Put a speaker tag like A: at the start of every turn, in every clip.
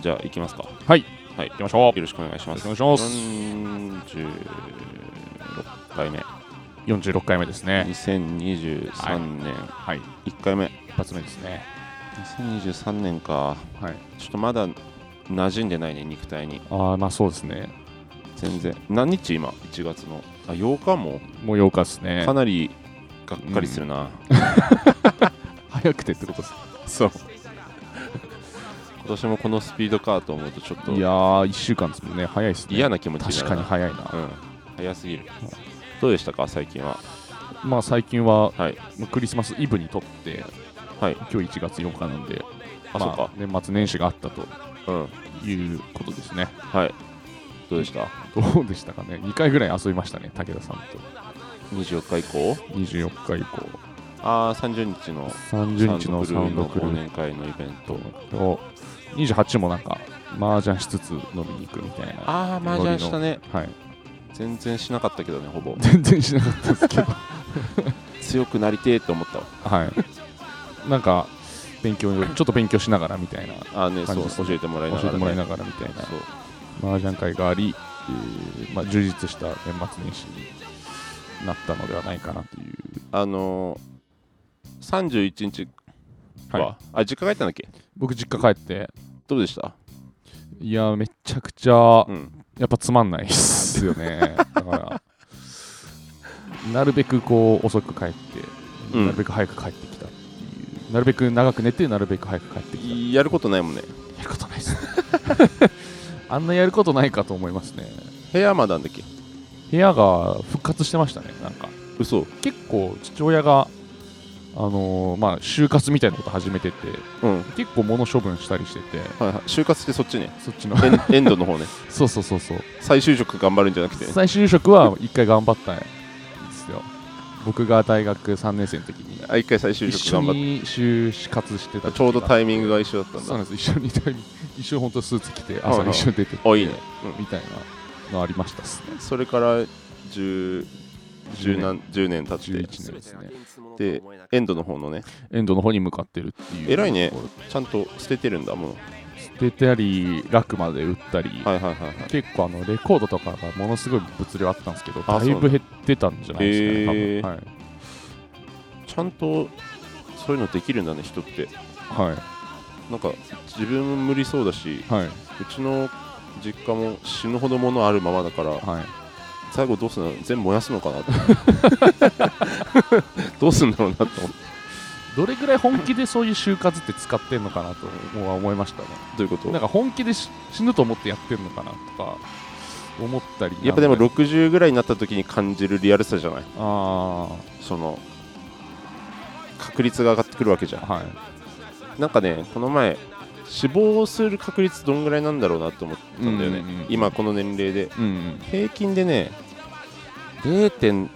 A: じゃあ行きますか
B: はい
A: はい
B: 行きましょう
A: よろしくお願いします
B: よろしくお願い
A: 46回目
B: 46回目ですね
A: 2023年
B: はい
A: 1回目
B: 一発目ですね
A: 2023年か
B: はい
A: ちょっとまだ馴染んでないね肉体に
B: ああまあそうですね
A: 全然何日今1月のあ8日も
B: もう8日ですね
A: かなりがっかりするな、
B: 早くてってことです
A: そう今年もこのスピードかと思うとちょっと
B: いやー1週間ですもんね早いですね
A: 嫌な気持ちにな
B: 確
A: る
B: かに
A: な
B: 早いな、
A: うん早すぎるどうでしたか最近は
B: まあ最近は
A: はい
B: クリスマスイブにとって、
A: はい
B: 今日1月4日なんで
A: あ、
B: ま
A: そっ
B: 年末年始があったと
A: かうん
B: いうことですね
A: はいどうでした
B: どうでしたかね2回ぐらい遊びましたね武田さんと
A: 24日以降
B: 24日以降
A: ああ30日の
B: 30日のサウンドクル
A: 忘
B: ー
A: 年会のイベント
B: トを28もなんか麻雀しつつ飲みに行くみたいな
A: ああ麻雀したね
B: はい
A: 全然しなかったけどねほぼ
B: 全然しなかったですけど
A: 強くなりてえと思ったわ
B: はいなんか勉強ちょっと勉強しながらみたいな
A: ああね
B: 感
A: そ
B: じ
A: う教
B: です
A: えてもらいなが
B: 教
A: ら、ね、
B: えてもらいながらみたいな
A: そう
B: 麻雀会があり、えーまあ、充実した年末年始になったのではないかなという
A: あのー、31日は、
B: は
A: あ実家帰ったんだっけ
B: 僕実家帰って
A: どうでした
B: いやめちゃくちゃ
A: うん
B: やっぱつまんないっすよねだからなるべくこう遅く帰って
A: うん
B: なるべく早く帰ってきたっていう、なるべく長く寝てなるべく早く帰ってきたや
A: やることないもんね
B: ることないっす あんなやることないかと思いますね
A: 部屋まだんだっけ
B: 部屋が復活してましたねなんか
A: 嘘
B: 結構父親があのーまあ就活みたいなこと始めてて
A: うんはい
B: 結構物処分したりしてて
A: はい就活してそっちね
B: そっち の
A: エンエンドの方ね
B: そうそうそうそう
A: 再就職頑張るんじゃなく て
B: 再就職は一回頑張ったんですよ僕が大学3年生の時に
A: あ一回再就
B: 一
A: 職
B: 緒
A: 頑張っ
B: に就活してた
A: たちょうどタ
B: イ
A: イミングが一緒だったん
B: そうな
A: だ
B: んです一緒にタイミング一緒本当スーツ着て
A: はい
B: 朝
A: はい
B: 一緒に出てって
A: あいいね、
B: みたいなのありましたっすね
A: うん、それから10十何10年経
B: 11
A: って
B: 年ですね
A: でエンドの方のね
B: エンドの方に向かってるっていう
A: 偉いねちゃんと捨ててるんだもの
B: 捨てたりラクまで売ったり、
A: はいはいはいはい
B: 結構あのレコードとかがものすごい物量あったんですけど
A: あ
B: だいぶ減ってたんじゃないですか
A: へ
B: ね
A: ー
B: 多分
A: ちゃんとそういうのできるんだね人って
B: はい
A: なんか自分も無理そうだし
B: はいはいう
A: ちの実家も死ぬほど物あるままだから
B: はい
A: 最後どうするの全部燃やすのかなって どうするんだろうなと思って
B: どれぐらい本気でそういう就活って使ってんのかなともうは思いましたね
A: どういうこ
B: なん
A: と
B: か本気でし死ぬと思ってやってんのかなとか思ったり
A: やっぱでも
B: なんか
A: 60ぐらいになった時に感じるリアルさじゃない
B: あ
A: その確率が上がってくるわけじゃん
B: あはい
A: なんかねこの前死亡する確率どんぐらいなんだろうなと思ったんだよね、
B: うんうんうん
A: 今この年齢で
B: うんうん
A: 平均でね0.1%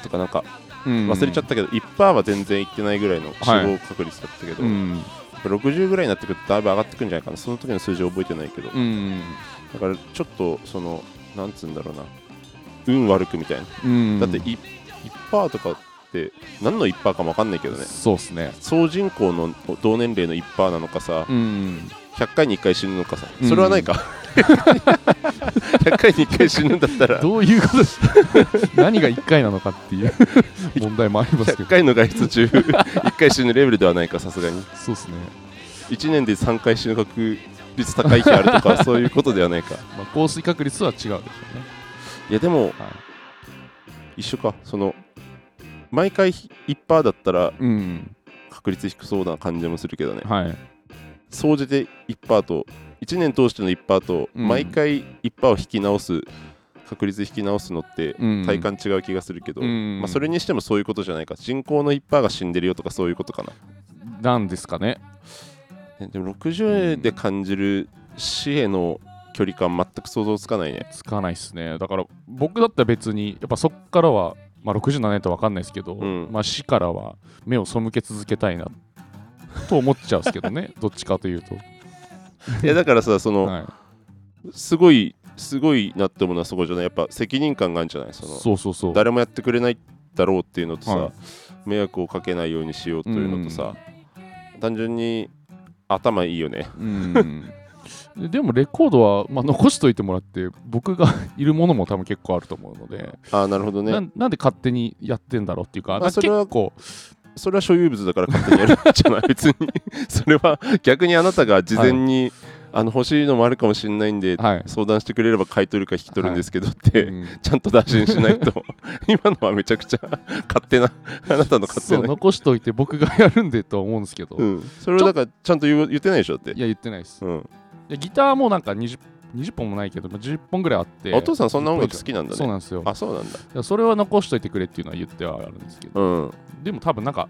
A: とかなんか
B: うん
A: 忘れちゃったけど、1%は全然いってないぐらいの死
B: はい
A: 亡確率だったけど、
B: うん
A: 60ぐらいになってくるとだいぶ上がってくるんじゃないかなその時の数字覚えてないけど、
B: うん
A: だからちょっとそのなんつうんだろうな運悪くみたいな、
B: うん
A: だってい1%とかって何の1%かも分かんないけどね
B: そうっすね
A: 総人口の同年齢の1%なのかさ
B: うん
A: 100回に1回死ぬのかさ
B: うん
A: それは ないか100回に1回死ぬんだったら
B: どういうことです 何が1回なのかっていう 問題もありますけ
A: 100
B: ど
A: 回の外出中1回死ぬレベルではないかさすがに
B: そうですね、
A: 1年で3回死ぬ確率高い日あると かそういうことではないか
B: まあ、降水確率は違うでしょうね
A: いやでも
B: はい
A: 一緒かその毎回1%だったら
B: うん
A: 確率低そうな感じもするけどね
B: はい
A: 総じて1%と1年通しての1%と
B: うん
A: 毎回1%を引き直す確率引き直すのって
B: うん
A: 体感違う気がするけど、
B: うん
A: まあ、それにしてもそういうことじゃないか人口の1%が死んでるよとかそういうことかな
B: なんですかね
A: えでも60で感じる死への距離感全く想像つかないね
B: つかないっすねだから僕だったら別にやっぱそっからは、まあ、67年とわかんないですけど、
A: うん
B: まあ、死からは目を背け続けたいなと思っちゃうんですけ どねどっちかというと、
A: いやだからさその、
B: はい、
A: すごいすごいなって思うのはそこじゃないやっぱ責任感があるんじゃないその
B: そうそうそう
A: 誰もやってくれないだろうっていうのとさ、
B: はい
A: 迷惑をかけないようにしようというのとさ、単純に頭いいよね。
B: うん、ででもレコードは、まあ、残しといてもらって僕が いるものも多分結構あると思うので、
A: ああ、なるほど
B: な
A: ね。
B: んなんで勝手にやってんだろうっていうか,、
A: まあそれは
B: 結構
A: それは所有物だから勝手にやるんじゃない 別に。それは逆にあなたが事前に、あの欲しいのもあるかもしれないんで、
B: はい、
A: 相談してくれれば買い取るか引き取るんですけどっ
B: う
A: て、
B: ん
A: ちゃんと打診し ないと今のはめちゃくちゃ勝手なあなたの勝手
B: そう
A: な
B: 残しといて僕がやるんでとは思うんですけど、
A: う、ん、それをだからちゃんと言う言ってないでしょだって
B: いや言ってないです、
A: うん、
B: でギターもなんか 20, 20本もないけど、まあ、10本ぐらいあって
A: お父さんそんな音楽好きなんだ
B: そう
A: ね
B: なんですよ
A: あそうなんだ
B: いやそれは残しといてくれっていうのは言ってはあるんですけど
A: うん
B: でも多分なんか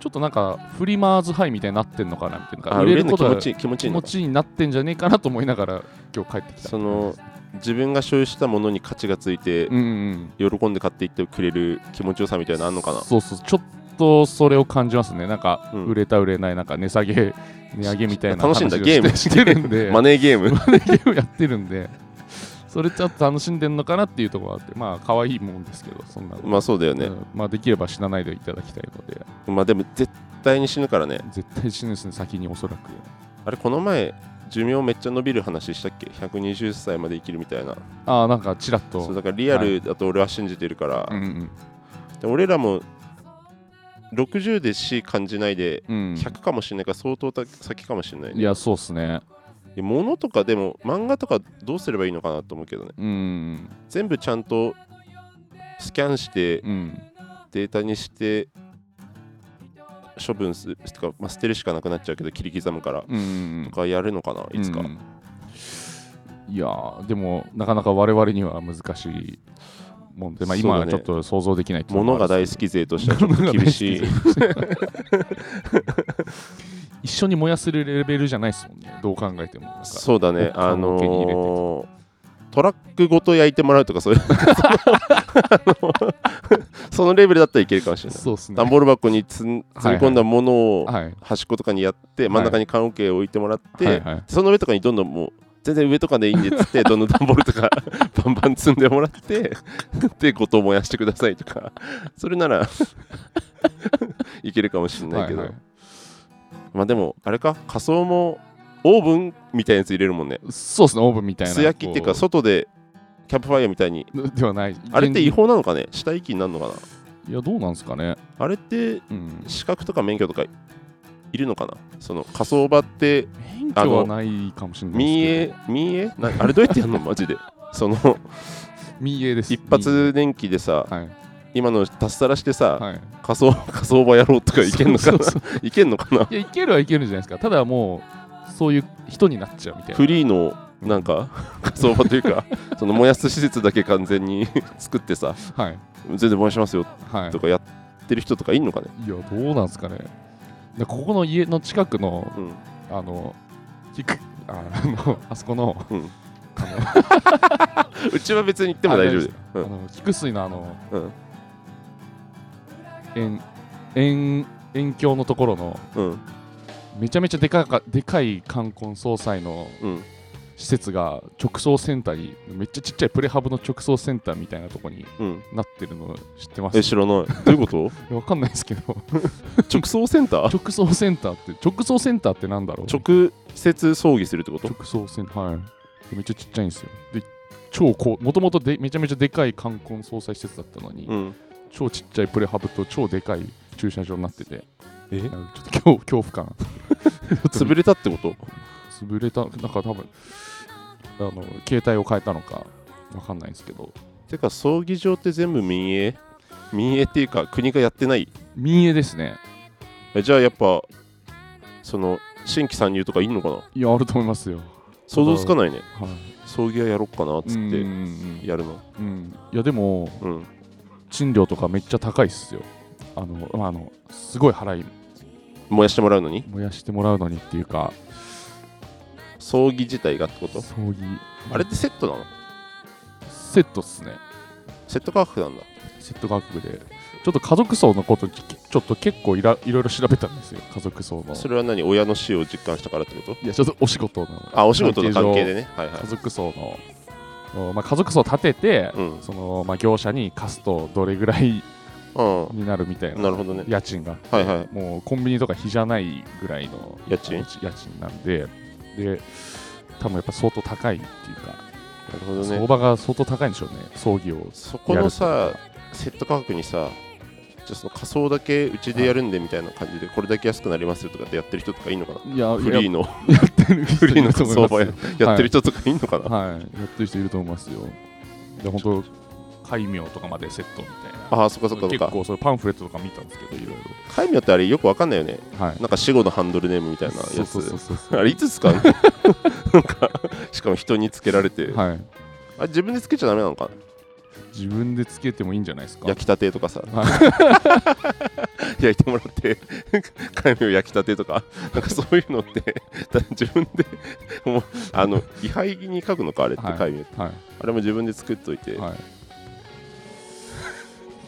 B: ちょっとなんかフリマーズハイみたいになってんのかなみたいな
A: あ売れる
B: こ
A: の気
B: とが
A: 持ちいい気持ちい
B: 気
A: いの
B: 持
A: か
B: ちになってんじゃねえかなと思いながら今日帰ってきた
A: その自分が所有したものに価値がついて
B: うんうん
A: 喜んで買っていってくれる気持ちよさみたいなのあんのかな
B: そうそうちょっとそれを感じますねなんか
A: うん
B: 売れた売れないなんか値下げ値上げみたいな
A: 楽しんだ
B: 話を
A: ゲーム
B: してしてるんで
A: マ
B: マネ
A: ネーゲー ム
B: ゲームやってるんでそれちょっと楽しんでんのかなっていうところがあってまあ可愛いもんですけどそんなの
A: まあそうだよ
B: う
A: ね、
B: んまあできれば死なないでいただきたいので
A: まあでも絶対に死ぬからね
B: 絶対死ぬですね先におそらく
A: あれこの前寿命めっちゃ伸びる話したっけ120歳まで生きるみたいな
B: ああなんかちらっと
A: そうだからリアルだと俺は信じてるから、
B: うんうん
A: で俺らも60で死感じないで
B: うん、
A: 100かもしれないから相当た先かもしれない
B: い
A: ね。
B: やそうっすね
A: で物とかでも漫画とかどうすればいいのかなと思うけどね。
B: うん
A: 全部ちゃんとスキャンして
B: うん
A: データにして処分するてか、まあ、捨てるしかなくなっちゃうけど切り刻むから
B: うん
A: とかやるのかないつか。
B: うんいやーでもなかなか我々には難しいもんで、まあ、今はちょっと想像できないっていうの
A: 物
B: もあ
A: が
B: るん
A: 大
B: で
A: 好
B: す
A: き勢としてはちょっと厳しい。
B: 物が大好き 一緒に燃やせるレベルじゃないですもんねどう考えてもなんか
A: そうだ ね、
B: 奥さ
A: あ
B: んを受けに入れて
A: のー、トラックごと焼いてもらうとかそういうその そのレベルだったらいけるかもしれない。
B: そうっすね
A: 段ボール箱に積ん
B: はい
A: 積み込んだものを
B: はい
A: 端っことかにやって真ん中に缶桶を置いてもらって、
B: はいはい
A: その上とかにどんどんもう全然上とかでいいんでっつってどんどん段ボールと かバンバン積んでもらってでごと燃やしてくださいとかそれな らいけるかもしれないけど、
B: はいは
A: まあでもあれか仮装もオーブンみたいなやつ入れるもんね
B: いそうっすねオーブンみたいな
A: 素焼きっていうか
B: こ
A: 外でキャンプファイヤーみたいに
B: うではない
A: あれって違法なのかね下遺棄になるのかない
B: やどうなんですかね
A: あれって
B: うん
A: 資格とか免許とかいるのかなその仮想場って
B: 免許はないかもしれない
A: 民
B: ですけ
A: 営民営なあれどうやってやるのマジでそ の
B: ど民営です
A: 一発電気でさ
B: はい
A: 今のたっさらしてさ、
B: はい
A: 仮想仮想場やろうとかいけんのかな
B: そうそうそう
A: いけんのかない
B: やいけるはいけるんじゃないですかただもうそういう人になっちゃうみたいな
A: フリーのなんか仮想場というかその燃やす施設だけ完全に 作ってさ
B: はい
A: 全然燃やしますよ
B: はい
A: とかやってる人とかいんのかね、
B: いやどうなんですかねでここの家の近くの
A: うん、
B: あのひくあ あのあそこの
A: うちは別に行っても大丈夫で
B: ああの菊水のあの
A: うん
B: 円円円鏡のところの
A: うんうん
B: めちゃめちゃでかかでかい冠婚葬祭の
A: うん
B: 施設が直送センターにめっちゃちっちゃいプレハブの直送センターみたいなとこに
A: うん
B: なってるの知ってます
A: え知らないどういうこと
B: いやわかんないですけど
A: 直送センター
B: 直送センターって直送センターってなんだろう
A: 直接葬儀するってこと
B: 直送センターはいでめっちゃちっちゃいんですよで超こうもともとでめちゃめちゃでかい冠婚葬祭施設だったのに、
A: うん
B: 超ちっちゃいプレハブと超でかい駐車場になってて
A: え
B: なんかちょっと恐 恐怖感
A: 潰れたってこと
B: 潰れたなんか多分あの携帯を変えたのかわかんないんですけど
A: てか葬儀場って全部民営民営っていうか国がやってない
B: 民営ですね
A: えじゃあやっぱその新規参入とかいんのかない
B: やあると思いますよ
A: 想像つかないね
B: はい
A: 葬儀はやろっかなっつ
B: う
A: っ
B: んうん
A: てやるの
B: うんうんいやでも
A: うん
B: 賃料とかめっちゃ高いっすよあの、まあ、あのすごい払い
A: 燃やしてもらうのに
B: 燃やしてもらうのにっていうか
A: 葬儀自体がってこと
B: 葬儀
A: あれってセットなの
B: セットっすね
A: セット価格なんだ
B: セット額でちょっと家族葬のこときちょっと結構いらいろいろ調べたんですよ家族葬の
A: それは何親の死を実感したからってこと
B: いやちょっとお仕事の
A: あお仕事の関係で
B: ね
A: ねはいはい
B: 家族葬の、おまあ、家族葬立てて、
A: うん
B: そのまあ、業者に貸すとどれぐらい
A: う
B: になるみたい
A: ん、
B: な
A: なるほどね。
B: 家賃があって、
A: はいはい
B: もうコンビニとか比じゃないぐらいの
A: 家賃
B: あの家賃なんでで多分やっぱ相当高いっていうか、
A: なるほど
B: 相
A: ね。
B: 場が相当高いんでしょうね葬儀を
A: そこのさ、セット価格にさ、じゃあその仮想だけうちでやるんでみたいな感じで、これだけ安くなりますよとかってやってる人とかいいのかな。
B: いや
A: フリー
B: の
A: の
B: やってる人
A: フリーの
B: いると思いま
A: 相
B: すよ
A: 場ややってる人とかいいのかな。
B: はい、やってる人いると思いますよ。で本当、戒名とかまでセットみたいな。
A: ああ、そっかそっかそっ
B: 結
A: か。
B: 構そういうパンフレットとか見たんですけど、いろい
A: 海名ってあれよくわかんないよね。
B: ろ。はい。
A: なんか死後のハンドルネームみたいな
B: そう
A: や
B: そうそ
A: つ
B: う。そうそ
A: あれいつ使 うのなんかしかも人につけられて、
B: う。はい。
A: あ自分でつけちゃダメなのか
B: 自分でつけてもいいんじゃないですか。
A: 焼きたてとかさ
B: は
A: 焼いてもらって 髪を焼きたてとかなんかそういうのって だ自分でもうあの位牌に書くのかあれって
B: はい
A: 髪を
B: い。は
A: あれも自分で作っといて
B: い。
A: はい、
B: はい。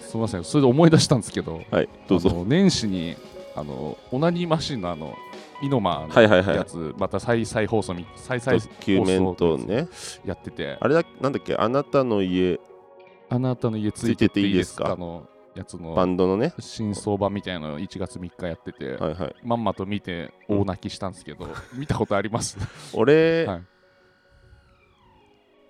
B: すみません、それで思い出したんですけど、
A: どう
B: あ
A: ぞ
B: の年始に、あの、オナニーマシンのあの、イノマ
A: はいはい
B: の
A: はい
B: やつ、また再再放送み、再再
A: ドキュメントね
B: やってて、
A: あれだなんだっけあなたの家
B: あなたの家ついてっていいで
A: つ
B: す
A: いて
B: か
A: って
B: のやつの
A: バンドのね
B: 新相場みたいなのを1月3日やってて、
A: はいはい
B: まんまと見て
A: うん
B: 大泣きしたんです けど、見たことあります
A: 俺、
B: はい
A: い、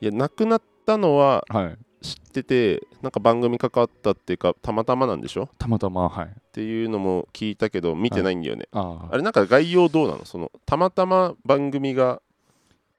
A: や亡くなったのは
B: はい
A: 知っててなんか番組関わったっていうかたまたまなんでしょ
B: たまたまはい
A: っていうのも聞いたけど見てないんだよね、
B: あ
A: あれなんか概要どうなのそのたまたま番組が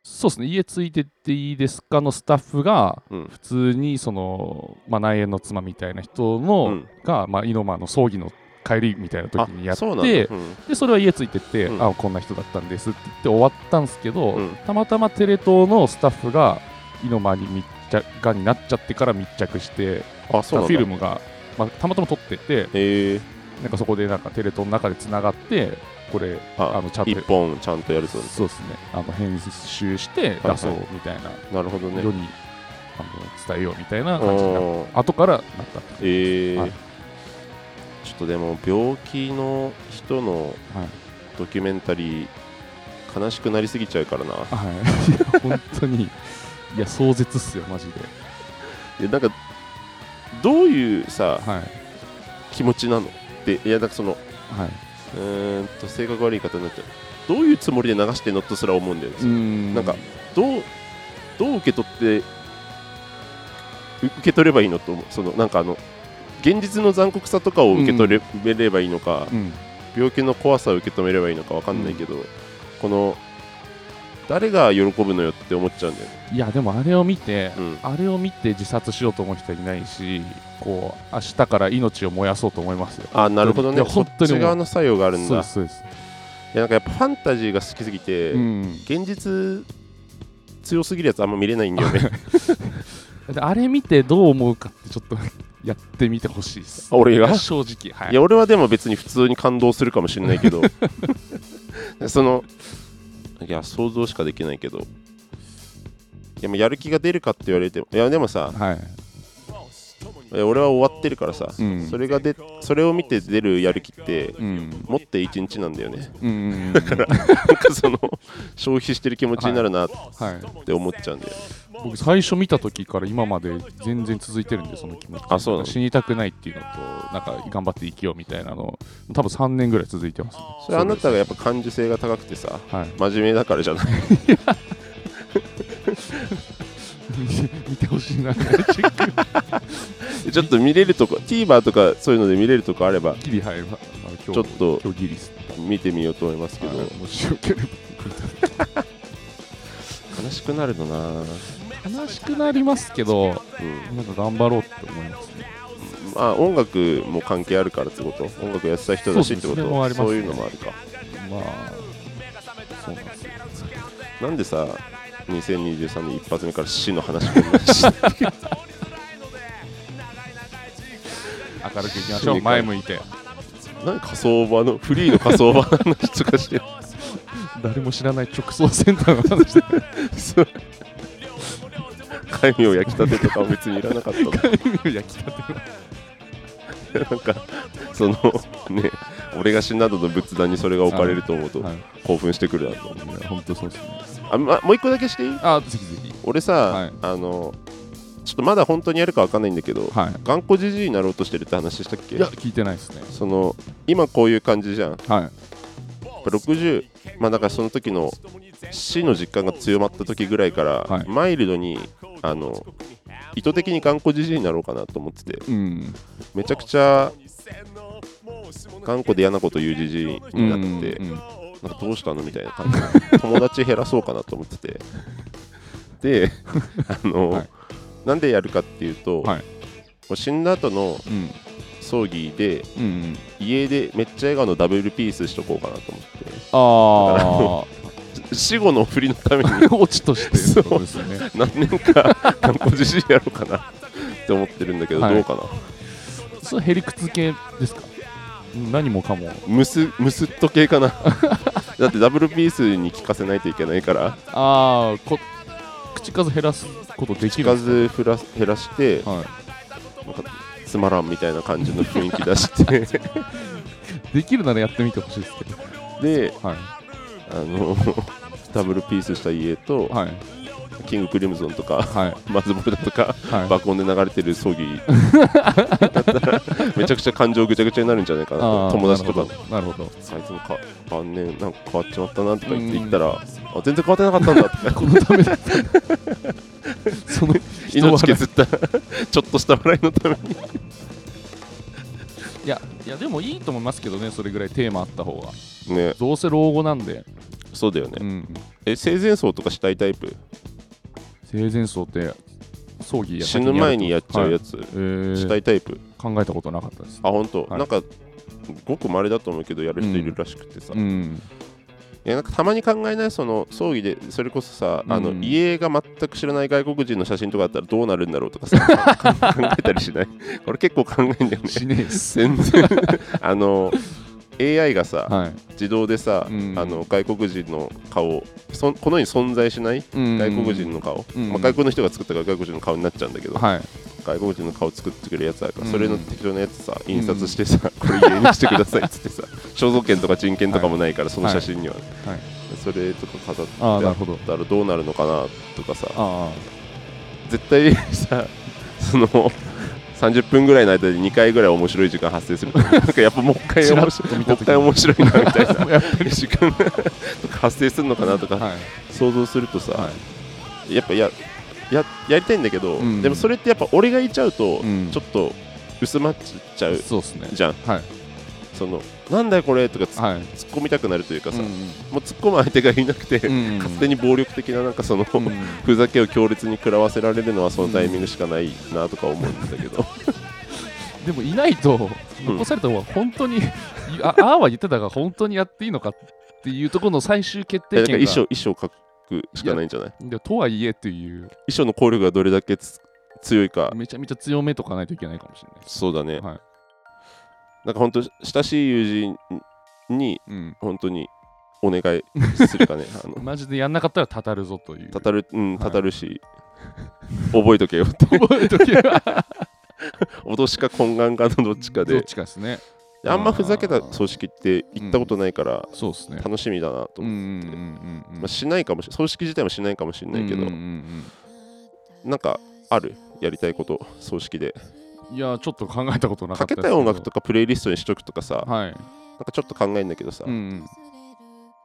B: そうですね家ついてっていいですかのスタッフが
A: うん
B: 普通にその、まあ、内縁の妻みたいな人
A: う
B: の、
A: ん
B: が、まあ、イノマの葬儀の帰りみたいな時にや
A: あ
B: っ
A: そうなんだ、
B: て
A: うん
B: でそれは家ついてって、
A: うん
B: あこんな人だったんですって言って終わったんですけど、
A: うん
B: たまたまテレ東のスタッフがイノマに密着がになっちゃってから密着して
A: あそうなん
B: フ
A: だ
B: ィルムが、まあ、たまたま撮ってて
A: へえ
B: なんかそこでなんかテレ東の中でつながってこれ
A: あ
B: あのちゃんと
A: 一本ちゃんとやるそうです
B: そうですねあの編集して
A: はい
B: 出そうみたいな、
A: なるほどね
B: 世にあの伝えようみたいな感じになっ
A: おー
B: た後からなったって
A: えー
B: はい
A: ちょっとでも病気の人の
B: はい
A: ドキュメンタリー悲しくなりすぎちゃうからな
B: はいい や本当にいや壮絶っすよマジ
A: で
B: で
A: なんかどういうさ
B: はい
A: 気持ちなのでいやなんかその
B: はいう
A: ーんと性格悪い方になっちゃうどういうつもりで流してんのとすら思うんだよね、
B: ん
A: なんかどうどう受け取ってう受け取ればいいのと思うそのなんかあの現実の残酷さとかを受け取れ,、ればいいのか
B: うん
A: 病気の怖さを受け止めればいいのかわかんないけど、この誰が喜ぶのよって思っちゃうんだよね、
B: いやでもあれを見て、
A: うん
B: あれを見て自殺しようと思う人はいないしこう明日から命を燃やそうと思いますよ
A: あなるほどね
B: いや本当に
A: そっち側の作用があるん
B: そう
A: だ
B: で
A: い
B: すそうです、
A: やなんかやっぱファンタジーが好きすぎて、
B: うん
A: 現実強すぎるやつあんま見れないんだ よね
B: であれ見てどう思うかってちょっと やってみてほしいです。
A: 俺が
B: いや正直、はいい。
A: や俺はでも別に普通に感動するかもしれないけ どそのいや想像しかできないけどいやもうやる気が出るかって言われてもいやでもさ
B: はい、
A: いや俺は終わってるからさ、
B: うん
A: それがでそれを見て出るやる気って
B: うん。
A: 持って1日なんだよね
B: うん。
A: なんかその消費してる気持ちになるなっ
B: はい。
A: て思っちゃうんだよね、
B: 僕、最初見た時から今まで全然続いてるんで、その気持ち。
A: あそうなの
B: 死にたくないっていうのと、なんか頑張って生きようみたいなの、多分3年ぐらい続いてます、ね。
A: それあなたがやっぱ感受性が高くてさ
B: はい。
A: 真面目だからじゃない
B: 見てほしいな、チェック。
A: ちょっと見れるとこ TVer とかそういうので見れるとこあれば
B: ギリ入る。あの今日
A: ちょっと
B: 今日ギリです。
A: 見てみようと思いますけど、
B: はいもしよければ。
A: 悲しくなるのな
B: 悲しくなりますけど、
A: うん
B: なんか頑張ろうって思いますね。
A: まあ音楽も関係あるからってこと音楽やってた人だしってこと
B: そうですねそれもありますね
A: そういうのもあるか
B: まあ、そうなんですよ。
A: なんでさ2023年一発目から死の 話こんなし
B: 明るくいきましょう前向いて
A: 何仮想場のフリーの仮想場の話とかして
B: 誰も知らない直送センターの話 で
A: そう髪を焼きたてとかは別にいらなか ったの
B: 焼きたて
A: なんかそのね俺が死んだ後の仏壇にそれが置かれると思うと
B: はい
A: 興奮してくるなと
B: 本当そうですね
A: あ、ま、もう一個だけしていい
B: あぜひぜひ
A: 俺さ、
B: はい
A: あのちょっとまだ本当にやるかわかんないんだけど、
B: はい
A: 頑固じじいになろうとしてるって話したっけ
B: いや聞いてないですね
A: その今こういう感じじゃんやっ
B: はい
A: ぱ60まあだからその時の死の実感が強まった時ぐらいから、
B: はい
A: マイルドにあの意図的に頑固じじいになろうかなと思ってて
B: うん
A: めちゃくちゃ頑固で嫌なこと言うじじいになってて、
B: うんうんうん
A: なんかどうしたのみたいな感じ友達減らそうかなと思ってて であの、
B: はい
A: なんでやるかっていうと、
B: はい
A: もう死んだ後の
B: うん
A: 葬儀で
B: うんうん
A: 家でめっちゃ笑顔のダブルピースしとこうかなと思っだから
B: あ
A: て死後の振りのために
B: あ落ちとしてってことですよね
A: 何年か頑固じじいやろうかなって思ってるんだけど、
B: はい
A: どうかな
B: それへりくつ系ですか何もかも
A: むすむすっと系かな だってダブルピースに聞かせないといけないから
B: ああこ口数減らすことでき
A: 聞
B: る
A: か
B: んで
A: ず
B: す
A: ふら減らして
B: かは
A: なんかつまらんみたいな感じの雰囲気出 して
B: い、できるならやってみてほしいですけど
A: で
B: はい
A: あのダブルピースした家と、
B: はい
A: キングクリムゾンとか
B: はい
A: マズボルだとか
B: はい
A: 爆音で流れてる葬儀だった らめちゃくちゃ感情ぐちゃぐちゃになるんじゃないかな
B: あ
A: と
B: ー
A: 友達とか
B: なるほどなるほ
A: あいつもか晩年なんか変わっちまったなとか言って言ったら、あ全然変わってなかったんだって
B: ど このためだったその 人
A: 命
B: 笑
A: 削った ちょっとした笑いのために
B: いいやいやでもいいと思いますけどねそれぐらいテーマあった方が
A: ね
B: どうせ老後なんで、
A: そうだよ
B: う
A: ね
B: ん、
A: え生前葬とかしたいタイプ
B: 生前葬って葬儀や
A: 死ぬ前にやっちゃうや
B: つ、
A: つ、
B: はいえー
A: したいタイプ
B: 考えたことなかったです
A: あ本当、
B: はい
A: なんかごく稀だと思うけどやる人いるらしくてさ、
B: う
A: い
B: ん
A: やなんかたまに考えないその葬儀でそれこそさ、あの
B: うん
A: 家が全く知らない外国人の写真とかだったらどうなるんだろうとかさ 考えたりしないこれ結構考えんだよね
B: しねえっす
A: 全然あの AI がさ、
B: はい
A: 自動でさ、
B: うん
A: あの外国人の顔そんこの世に存在しない外
B: 外
A: 国人の顔、
B: うん
A: まあ、外国の人が作ったから外国人の顔になっちゃうんだけど、
B: はい
A: 外国人の顔作ってくれるやつだから、
B: うん
A: それの適当なやつさ印刷して さ、これ家にしてくださいっつってさ肖像権とか人権とかもないから、その写真にはね、
B: はい
A: それとか飾って
B: ああな
A: や
B: る
A: っ
B: ほど
A: たらどうなるのかなとかさ
B: あ
A: 絶対さその30分ぐらいの間で2回ぐらい面白い時間発生するなんかやっぱもう一回
B: ちら
A: 面
B: っと
A: 白いも
B: 見
A: う
B: た時に
A: 一回面白いなみたいな
B: あ やっ
A: 時間がとか発生するのかなと
B: ぱ
A: か
B: はい
A: 想像するとさ、
B: は
A: やっぱやややりたいんだけど、
B: うん
A: でもそれってやっぱ俺がいちゃうと、
B: うん
A: ちょっと薄まっちゃう
B: いそうですね
A: じゃん
B: はい
A: そのなんだよこれとかつ
B: はい
A: 突っ込みたくなるというかさ、
B: うん
A: もう突っ込む相手がいなくて、
B: うん
A: 勝手に暴力的ななんかその、
B: うん
A: ふざけを強烈に食らわせられるのはそのタイミングしかないなとか思うん だけど、
B: でもいないと残された方は本当にあああは言ってたが本当にやっていいのかっていうところの最終決
A: だ
B: 定
A: から
B: 権
A: 衣
B: が
A: 装衣装書くしかないんじゃない
B: でとはいえっていう
A: 衣装の効力がどれだけつ強いか
B: めちゃめちゃ強めとかないといけないかもしれないです
A: そうだね、
B: はい
A: なんか本当親しい友人に
B: うん
A: 本当にお願いする かねあの
B: マジでやんなかったらたたるぞという
A: たたるうん
B: い
A: たたるし、覚えとけよっ て
B: 覚えとけば
A: 脅しか懇願かのどっちか
B: どっ
A: で
B: ちかですね
A: であんまふざけた
B: あー
A: 葬式って行ったことないから
B: そうですね
A: 楽しみだなと
B: うん
A: 思う、
B: うんうんうん
A: まあ、しないかもし葬式自体もしないかもしれないけど、
B: うんうんうん
A: なんかあるやりたいこと葬式で
B: うんいやちょっと考えたことな
A: か
B: かった
A: け
B: です
A: たい音楽とかプレイリストにしとくとかさなん
B: はい
A: かちょっと考えんだけどさ、
B: うんうん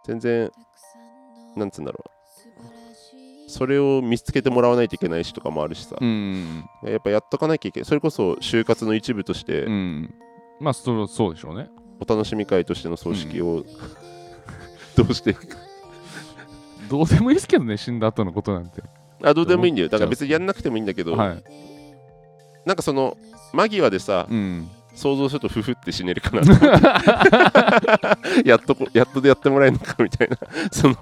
A: 全然なんつうんだろうそれを見つけてもらわないといけないしとかもあるしさ
B: う、ん
A: やっぱやっとかなきゃいけないそれこそ就活の一部として
B: うんうんまあそれはそうでしょうね
A: お楽しみ会としての葬式を、 どうしていくか
B: どうでもいいですけどね死んだ後のことなんて
A: あどうでもいいんだよ
B: ど
A: だ
B: う
A: から別にやんなくてもいいんだけど、
B: はい
A: なんかその間際でさ、
B: うん
A: 想像するとフフって死ねるかなと思ってやっとこやっとでやってもらえるのかみたいなその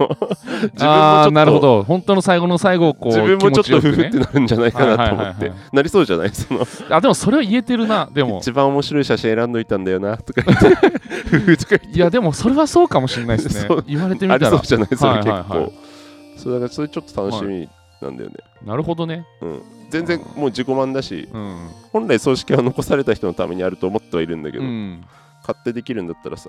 A: 自
B: ああー
A: 分も
B: な
A: ち
B: る
A: ょ
B: ほ
A: っと
B: ど本当の最後の最後をこう
A: 自分もちょっとフ
B: 気持
A: フ
B: よ
A: っ
B: く
A: て
B: ね
A: なるんじゃないかなと思っ
B: はいはい
A: て
B: はいは
A: なりそうじゃないその
B: あでもそれは言えてるなでも
A: 一番面白い写真選んどいたんだよなとか言 ってフフとか言って
B: いやでもそれはそうかもしれないですね
A: そう
B: 言われてみ
A: あり
B: た
A: そう
B: ら
A: じゃないそれ
B: はい
A: 結構、
B: はいはい
A: そうだからそれちょっと楽しみなんだよね、
B: なるほどね
A: うん、全然もう自己満だし
B: うん
A: 本来葬式は残された人のためにあると思ってはいるんだけ
B: う
A: ど、
B: ん
A: 買ってできるんだったらさ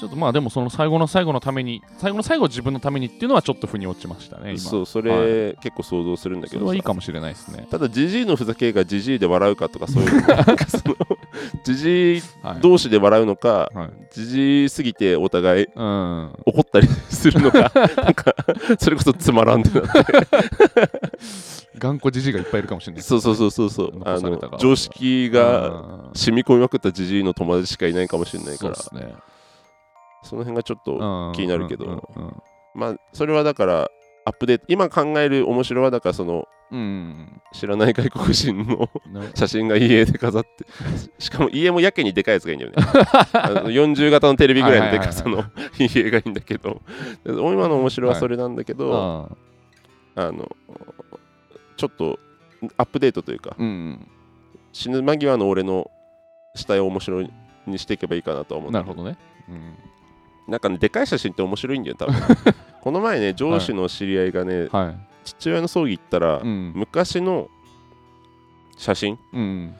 B: ちょっとまあでもその最後の最後のために最後の最後自分のためにっていうのはちょっと腑に落ちましたね今
A: そうそ
B: はい
A: れ、結構想像するんだけど
B: それ
A: さ
B: はいいかもしれないですね
A: ただジジイのふざけがジジイで笑うかとかそう いうのなんかそのジジイ
B: はい
A: 同士で笑うのか
B: はい
A: ジジイすぎてお互い
B: うん
A: 怒ったりするの かなんかそれこそつまらんでなって
B: 頑固じじいがいっぱいいるかもしれない
A: そうそうそうそうそうあ
B: 残された
A: の
B: 側
A: 常識が
B: うん
A: 染み込みまくったジジイの友達しかいないかもしれない
B: そ
A: か
B: う
A: ら
B: ですね
A: その辺がちょっと
B: うん
A: 気になるけど
B: うんうん
A: まあそれはだからアップデート今考える面白はだからその
B: うん
A: 知らない外国人の
B: な
A: 写真が家で飾 ってししかも家もやけにでかいやつがいいんだよねあの40型のテレビぐらいのでかさの家がいいんだけどで今の面白はそれなんだけど、
B: あ
A: あのちょっとアップデートというか
B: ーうん
A: 死ぬ間際の俺の死体を面白いにしていけばいいかなとは思う
B: なるほどねうん
A: なんかねでかい写真って面白いんだよ多 分この前ね上司の知り合いがね、
B: はい
A: 父親の葬儀行ったら、
B: うん
A: 昔の写真
B: うん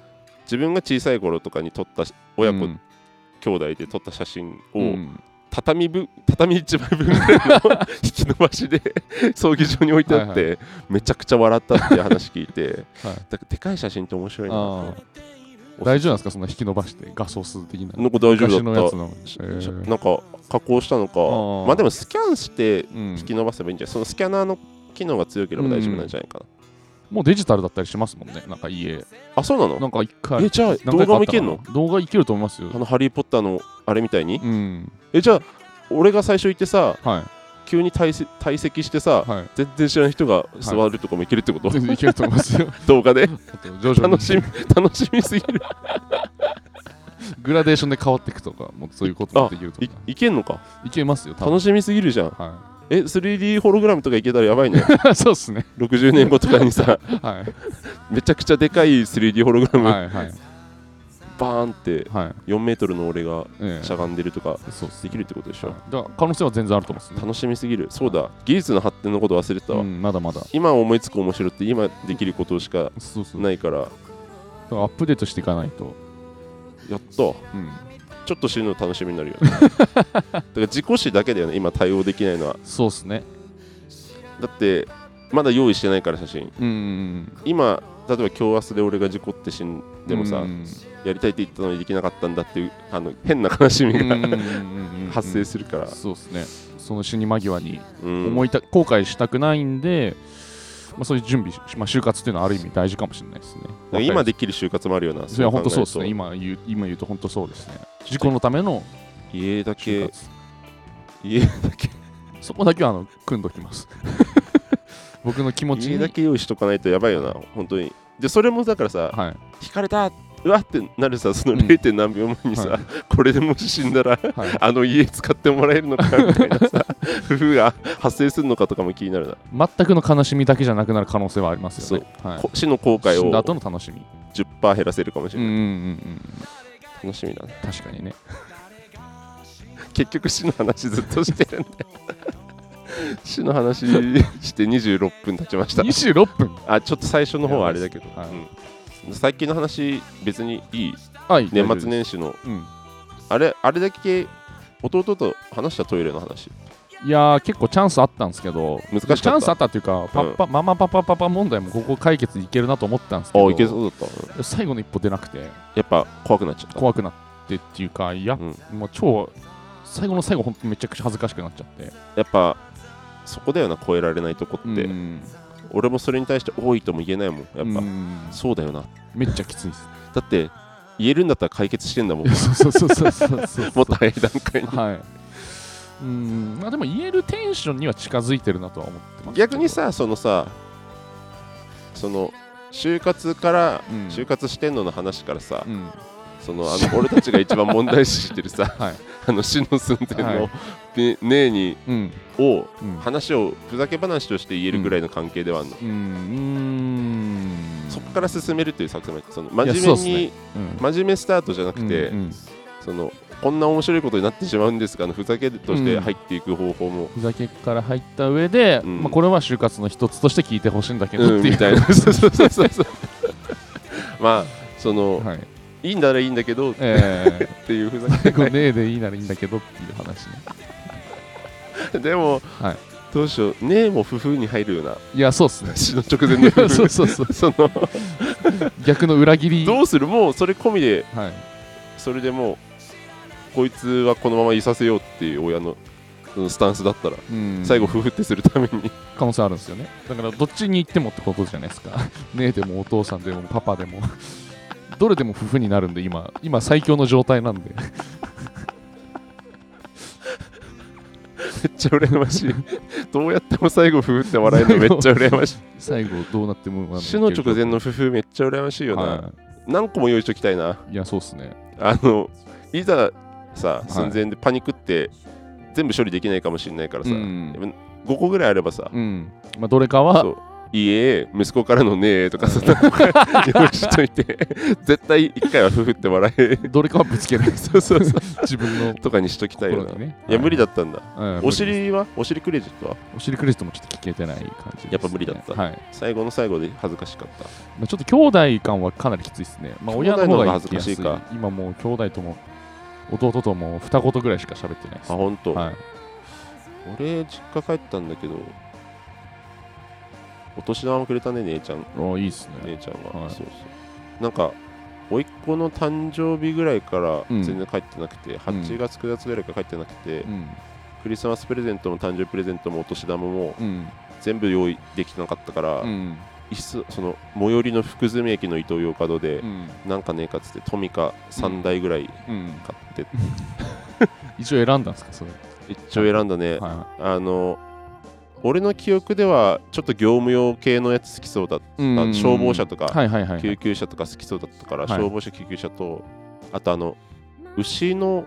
A: 自分が小さい頃とかに撮った親子、
B: うん
A: 兄弟で撮った写真を、
B: うん
A: 畳ぶ畳一枚分ぐらいの引き伸ばし で葬儀場に置いてあって、
B: はい
A: めちゃくちゃ笑ったっていう話聞いて、
B: はい
A: だからでかい写真って面白いな
B: あー大丈夫なんですかそんな引き伸ばして画素数的な
A: なんか大丈
B: 昔
A: 夫
B: の
A: だ
B: や
A: っ
B: つの
A: た、
B: えー
A: なんか加工したのか
B: ー
A: まあでもスキャンして
B: うん
A: 引き伸ばせばいいんじゃない、そのスキャナーの機能が強ければ大丈夫なんじゃないかな、
B: もうデジタルだったりしますもんねなんか家
A: あそうなの
B: なんか一回
A: えじゃあ
B: 何
A: 動
B: 回か
A: 画
B: あ
A: も
B: っ
A: いけ
B: た
A: ん
B: かな
A: の
B: 動画いけると思いますよ
A: あの「ハリー・ポッター」のあれみたいに、
B: うん
A: えじゃあ俺が最初行ってさ
B: はい
A: 急に退席退席してさ、
B: はい
A: 全然知らない人が座るとかもいけるってこと、
B: 全然いけると思いますよ
A: 動画で
B: あと徐々に
A: 楽しみ 楽しみすぎる
B: グラデーションで変わっていくとかもうそういうこともできると
A: い
B: か
A: いけんのか
B: いけますよ多分
A: 楽しみすぎるじゃん
B: は
A: え 3D ホログラムとかいけたらやばいね
B: いそうっすね
A: 60年後とかにさ
B: は
A: めちゃくちゃでかい 3D ホログラ
B: い
A: ム、
B: はいはい
A: バーンって
B: はい
A: 4メートルの俺が
B: ええ
A: しゃがんでるとか
B: そうっす
A: できるってことでしょ、
B: はいだから可能性は全然あると思うんですね
A: 楽しみすぎるそうだ技術の発展のこと忘れてたわ、
B: うんまだまだ
A: 今思いつく面白って今できることしか
B: そうそう
A: ないから
B: だからアップデートしていかないと
A: やっと
B: うん
A: ちょっと死ぬの楽しみになるよ ねだから自己死だけだよね今対応できないのは
B: そうっすね
A: だってまだ用意してないから写真
B: うんうん
A: 今例えば今日明日で俺が事故って死ん
B: うん
A: でもさ、
B: うん
A: やりたいって言ったのにできなかったんだっていうあの変な悲しみ
B: うんうんうん
A: が
B: うんうん
A: 発生するから、
B: そうですねその死に間際に
A: うん
B: 思いた後悔したくないんで、まあ、そういう準備し、まあ、就活っていうのはある意味大事かもしれないですね
A: だから今できる就活もあるよな
B: それは本当そうですね
A: 考
B: 今言う今言うと本当そうですね自己のための
A: えると家だ
B: 就
A: け
B: 活
A: 家だけ
B: そこだけはあの組んどき ます僕の気持ち
A: 家
B: に
A: だけ用意しとかないとやばいよな本当にでそれもだからさ
B: はい
A: 引かれたうわってなるさその
B: うん
A: 0. 点何秒前にさ、
B: は
A: これでもし死んだら
B: はい、
A: あの家使ってもらえるのかみたいな さ夫婦が発生するのかとかも気になるな、
B: 全くの悲しみだけじゃなくなる可能性はありますよね、はい、
A: こ死の後悔
B: 死んだ
A: を
B: 後の楽しみ
A: 10%減らせるかもし
B: う
A: れ
B: んう
A: ない、
B: んうん
A: 楽しみだね
B: うん確かにね
A: 結局死の話ずっとしてるん だよ死の話して26分経ちました
B: 26分
A: あちょっと最初の方はあれだけど、
B: はい
A: うん最近の話別にいい
B: はい
A: 年末年始の
B: うん
A: あれあれだけ弟と話したトイレの話
B: いやー結構チャンスあったんですけど
A: 難しかった
B: チャンスあったっていうかパッパ、ママパパパパ問題もここ解決いけるなと思ったんです
A: あ
B: けど
A: いけそうだった
B: 最後の一歩出なくて
A: やっぱ怖くなっちゃった
B: 怖くなってっていうかいや、
A: う
B: もう超最後の最後本当にめちゃくちゃ恥ずかしくなっちゃって
A: やっぱそこだよな超えられないとこって、
B: うん
A: 俺もそれに対して多いとも言えないもんやっぱ、
B: うん
A: そうだよな
B: めっちゃきついです
A: だって言えるんだったら解決してんだもんも
B: そうそうそうそうそう
A: っと早い段階に
B: はいうんまあでも言えるテンションには近づいてるなとは思ってますけど
A: 逆にさそのさその就活から
B: うん
A: 就活してんのの話からさ、
B: うん
A: そのあの俺たちが一番問題視してるさ、
B: はい
A: あの死の寸前の、
B: はい
A: ねねえに
B: うん
A: を
B: うん
A: 話をふざけ話として言えるぐらいの関係ではあるの、
B: うんうん
A: そこから進めるという作戦もその真
B: いやそう
A: 面
B: っす
A: 目に、
B: ねうん
A: 真面目スタートじゃなくて、
B: うんうん
A: そのこんな面白いことになってしまうんですかのふざけとして入っていく方法も、
B: ふざけから入った上で、
A: うん
B: まあ、これは就活の一つとして聞いてほしいんだけど
A: うん
B: っていう、
A: み たいなそうそうそうそうそうまあその、
B: はい
A: い、いんだらいいんだけどっ
B: え
A: ていうふざけ
B: ー、これねえでいいならいいんだけどっていう話話ね
A: でも、
B: はい
A: どうしようねえも夫婦に入るよう ない
B: やそうっすね
A: 死の直前
B: い
A: の夫
B: や
A: 婦
B: そうそうそ う
A: その
B: 逆の裏切り
A: どうするもうそれ込みで
B: はい、
A: それでもうこいつはこのままいさせようっていう親のそのスタンスだったら、
B: うん
A: 最後夫婦ってするため に
B: 可能性あるんですよねだからどっちに行ってもってことじゃないですか 姉でもお父さんでもパパでもどれでも夫婦になるんで今今最強の状態なんで
A: めっちゃ羨ましいどうやっても最後夫婦って笑え るのめっちゃ羨ましい
B: 最後どうなってもまあ
A: 死の直前の
B: い
A: 夫婦めっちゃ羨ましい
B: ける
A: よ
B: と
A: な、
B: はい
A: 何個も用意しときたいない
B: やそうっすね
A: あのいざさ
B: い
A: 寸前でパニックって全部処理できないかもしれないからさ、
B: うん
A: 5個ぐらいあればさ、
B: うんまあどれか
A: そ
B: は
A: う家息子からのねえとかさ、なんか 用意しといて絶対一回は夫婦って笑え
B: どれかはぶつけない
A: そうそうそう
B: 自分の
A: とかにしときたいよな、
B: 心にね
A: いや無理
B: だ
A: だったんだお尻はお尻クレジットは
B: お尻クレジットもちょっと聞けてない感じですね
A: やっぱ無理だった
B: はい
A: 最後の最後で恥ずかしかった
B: まあ、ちょっと兄弟感はかなりきついですね。まあ、
A: 兄
B: 親
A: 弟
B: の
A: の
B: 方
A: 方が
B: が
A: 恥ずかしいか
B: 生きやす今もう兄弟とも弟とも二言ぐらいしか喋ってないです。
A: あ本当、
B: はい、
A: 俺実家帰ったんだけどお年玉くれたね姉ちゃん
B: おいいですね。
A: 姉ちゃんが、
B: はい
A: そうそうなんか甥っ子の誕生日ぐらいから
B: うん
A: 全然帰ってなくて、8月9月ぐらいから帰ってなくて、
B: うん。
A: クリスマスプレゼントも誕生日プレゼントもお年玉も
B: うん。
A: 全部用意できてなかったから、
B: うん。
A: 一層その最寄りの福住駅の伊東洋華堂で、
B: うん。
A: なんかねえかっつってトミカ3台ぐらい
B: うん。
A: 買って、
B: 一応選んだんですか、それ。
A: 一応選んだね、
B: は
A: あの俺の記憶ではちょっと業務用系のやつ好きそうだっ
B: い。うん
A: 消防車とか
B: はいはいはいはい。
A: 救急車とか好きそうだったから、
B: はい
A: 消防車救急車とあとあの牛の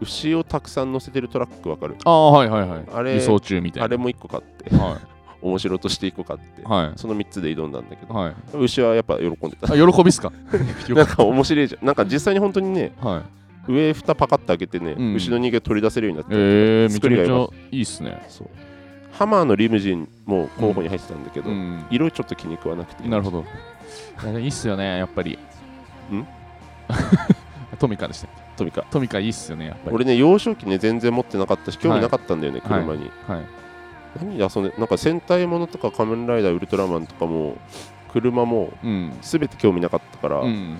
A: 牛をたくさん乗せてるトラックわかる
B: ああ、はいはいはい。
A: あれ
B: 輸送中みたいな。
A: あれも1個買って
B: は
A: 面白として1個買って、
B: い。は
A: その3つで挑んだんだけ
B: い。
A: ど、
B: はい。
A: 牛はやっぱ喜んでた
B: あ、喜びっすかよ
A: な
B: か
A: んか面白いじゃんなんか実際に本当にね
B: はい。
A: 上蓋パカッて開けてね、
B: うん
A: 牛の人間取り出せるようになってる
B: えー、めち
A: 作
B: ゃ
A: りが
B: め
A: 良
B: ちゃいいっすね。
A: そうハマーのリムジンも候補に入ってたんだけど、
B: うん。
A: 色ちょっと気に食わなくて
B: なるほど。いやいいっすよね、やっぱり。
A: ん
B: トミカでしたっけ
A: トミカ
B: トミカいいっすよね、やっぱり。
A: 俺ね幼少期ね全然持ってなかったし興味なかったんだよね、
B: はい
A: 車に、
B: はい。
A: 何で遊んでなんか戦隊ものとか仮面ライダーウルトラマンとかも車も
B: うん。
A: 全て興味なかったから、
B: うん。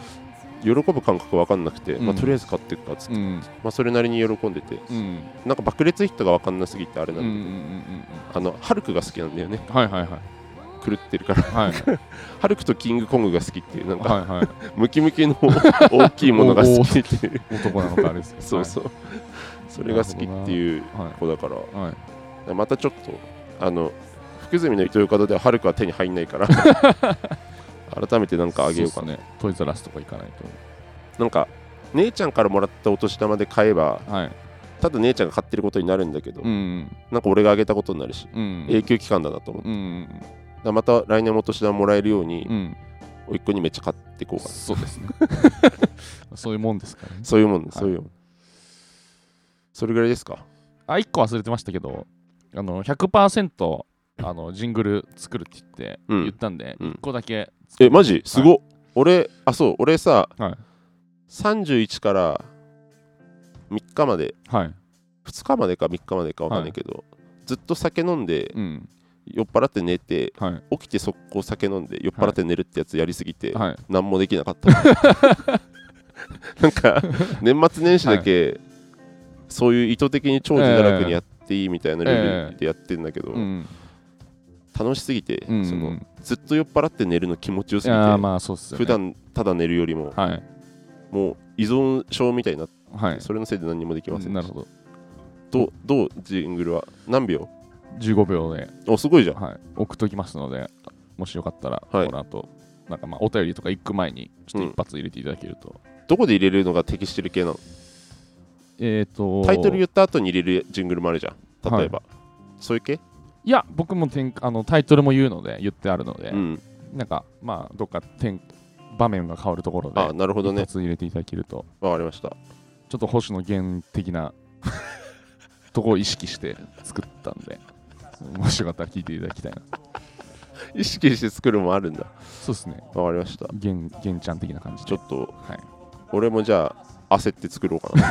A: 喜ぶ感覚分かんなくて、
B: うん
A: まあ、とりあえず買っていくかっつって、
B: うん。
A: まあ、それなりに喜んでて
B: うん。うん。
A: なんか爆裂ヒットが分かんなすぎてあれ
B: うん。
A: な
B: うんん
A: だ
B: う
A: けど、
B: ん。
A: あのハルクが好きなんだよね
B: はいはいはい。
A: 狂ってるから
B: はい。
A: ハルクとキングコングが好きっていうなんか、
B: はいはい。
A: ムキムキの大きいものが好きっていう
B: 男なのかあれですけ ど
A: そうそう、それが好きっていう
B: は
A: 子だから
B: い。はい。
A: またちょっとあの福住の糸魚川でははるかは手に入んないから 改めてなんかあげようかな
B: ね。トイザラスとか行かないと。
A: なんか姉ちゃんからもらったお年玉で買えば
B: はい。
A: ただ姉ちゃんが買ってることになるんだけど、
B: うん。
A: なんか俺があげたことになるし
B: うん。
A: 永久期間だなと思って、
B: うん。
A: だからまた来年もお年玉もらえるように、
B: うん。
A: おいっ子にめっちゃ買っていこうかな
B: そうですね。 そういうもんですからね。
A: そういうもんね、
B: はい
A: そういうもんそれぐらいですか
B: あ、一個忘れてましたけど、あの、100%、あの、ジングル作るって言って、
A: うん
B: 言ったんで、
A: うん
B: 一個だけ。
A: えマジすごっ、俺あそう俺さ
B: はい。
A: 31から3日まで
B: はい。
A: 2日までか3日までかわかんないけど、ずっと酒飲んで
B: うん。
A: 酔っ払って寝て
B: は
A: 起きて速攻酒飲んで酔っ払って寝るってやつやりすぎて、
B: い。はい。
A: 何もできなかった なんか年末年始だけ、そういう意図的に超自堕落にやっていいみたいなルールでやってんだけど、
B: うん。
A: 楽しすぎて、
B: うん。
A: そのずっと酔っ払って寝るの気持ちよ
B: い
A: すぎて、
B: やー、まあ、そうっすよね。
A: 普。段ただ寝るよりも
B: はい。
A: もう依存症みたいになって、
B: はい。
A: それのせいで何もできません
B: な
A: で
B: る
A: した
B: ほど。
A: どうどうジングルは何秒
B: 15秒で、
A: おすごいじゃん
B: はい、送っときますので、もしよかったら、
A: はい
B: この後、なんかまあお便りとか行く前に、ちょっと一発入れていただけると。
A: どこで入れるのが適してる系なの
B: えっ、と、
A: タイトル言った後に入れるジングルもあるじゃん例えば、そういう系、
B: いや、僕もてんあのタイトルも言うので、言ってあるので、
A: うん
B: なんか、まあ、どっかてん場面が変わるところで、
A: あなるほど
B: 一
A: ね
B: 発入れていただけると、
A: わかりました
B: ちょっと星野源 的なとこを意識して作ったんで、もしよかったら聞いていただきたいな。
A: 意識して作るもあるんだ
B: そうですね、
A: わかりました
B: 源源ちゃん的な感じ
A: ちょ
B: で。
A: っと
B: はい
A: 俺もじゃあ焦って作ろうかな
B: いや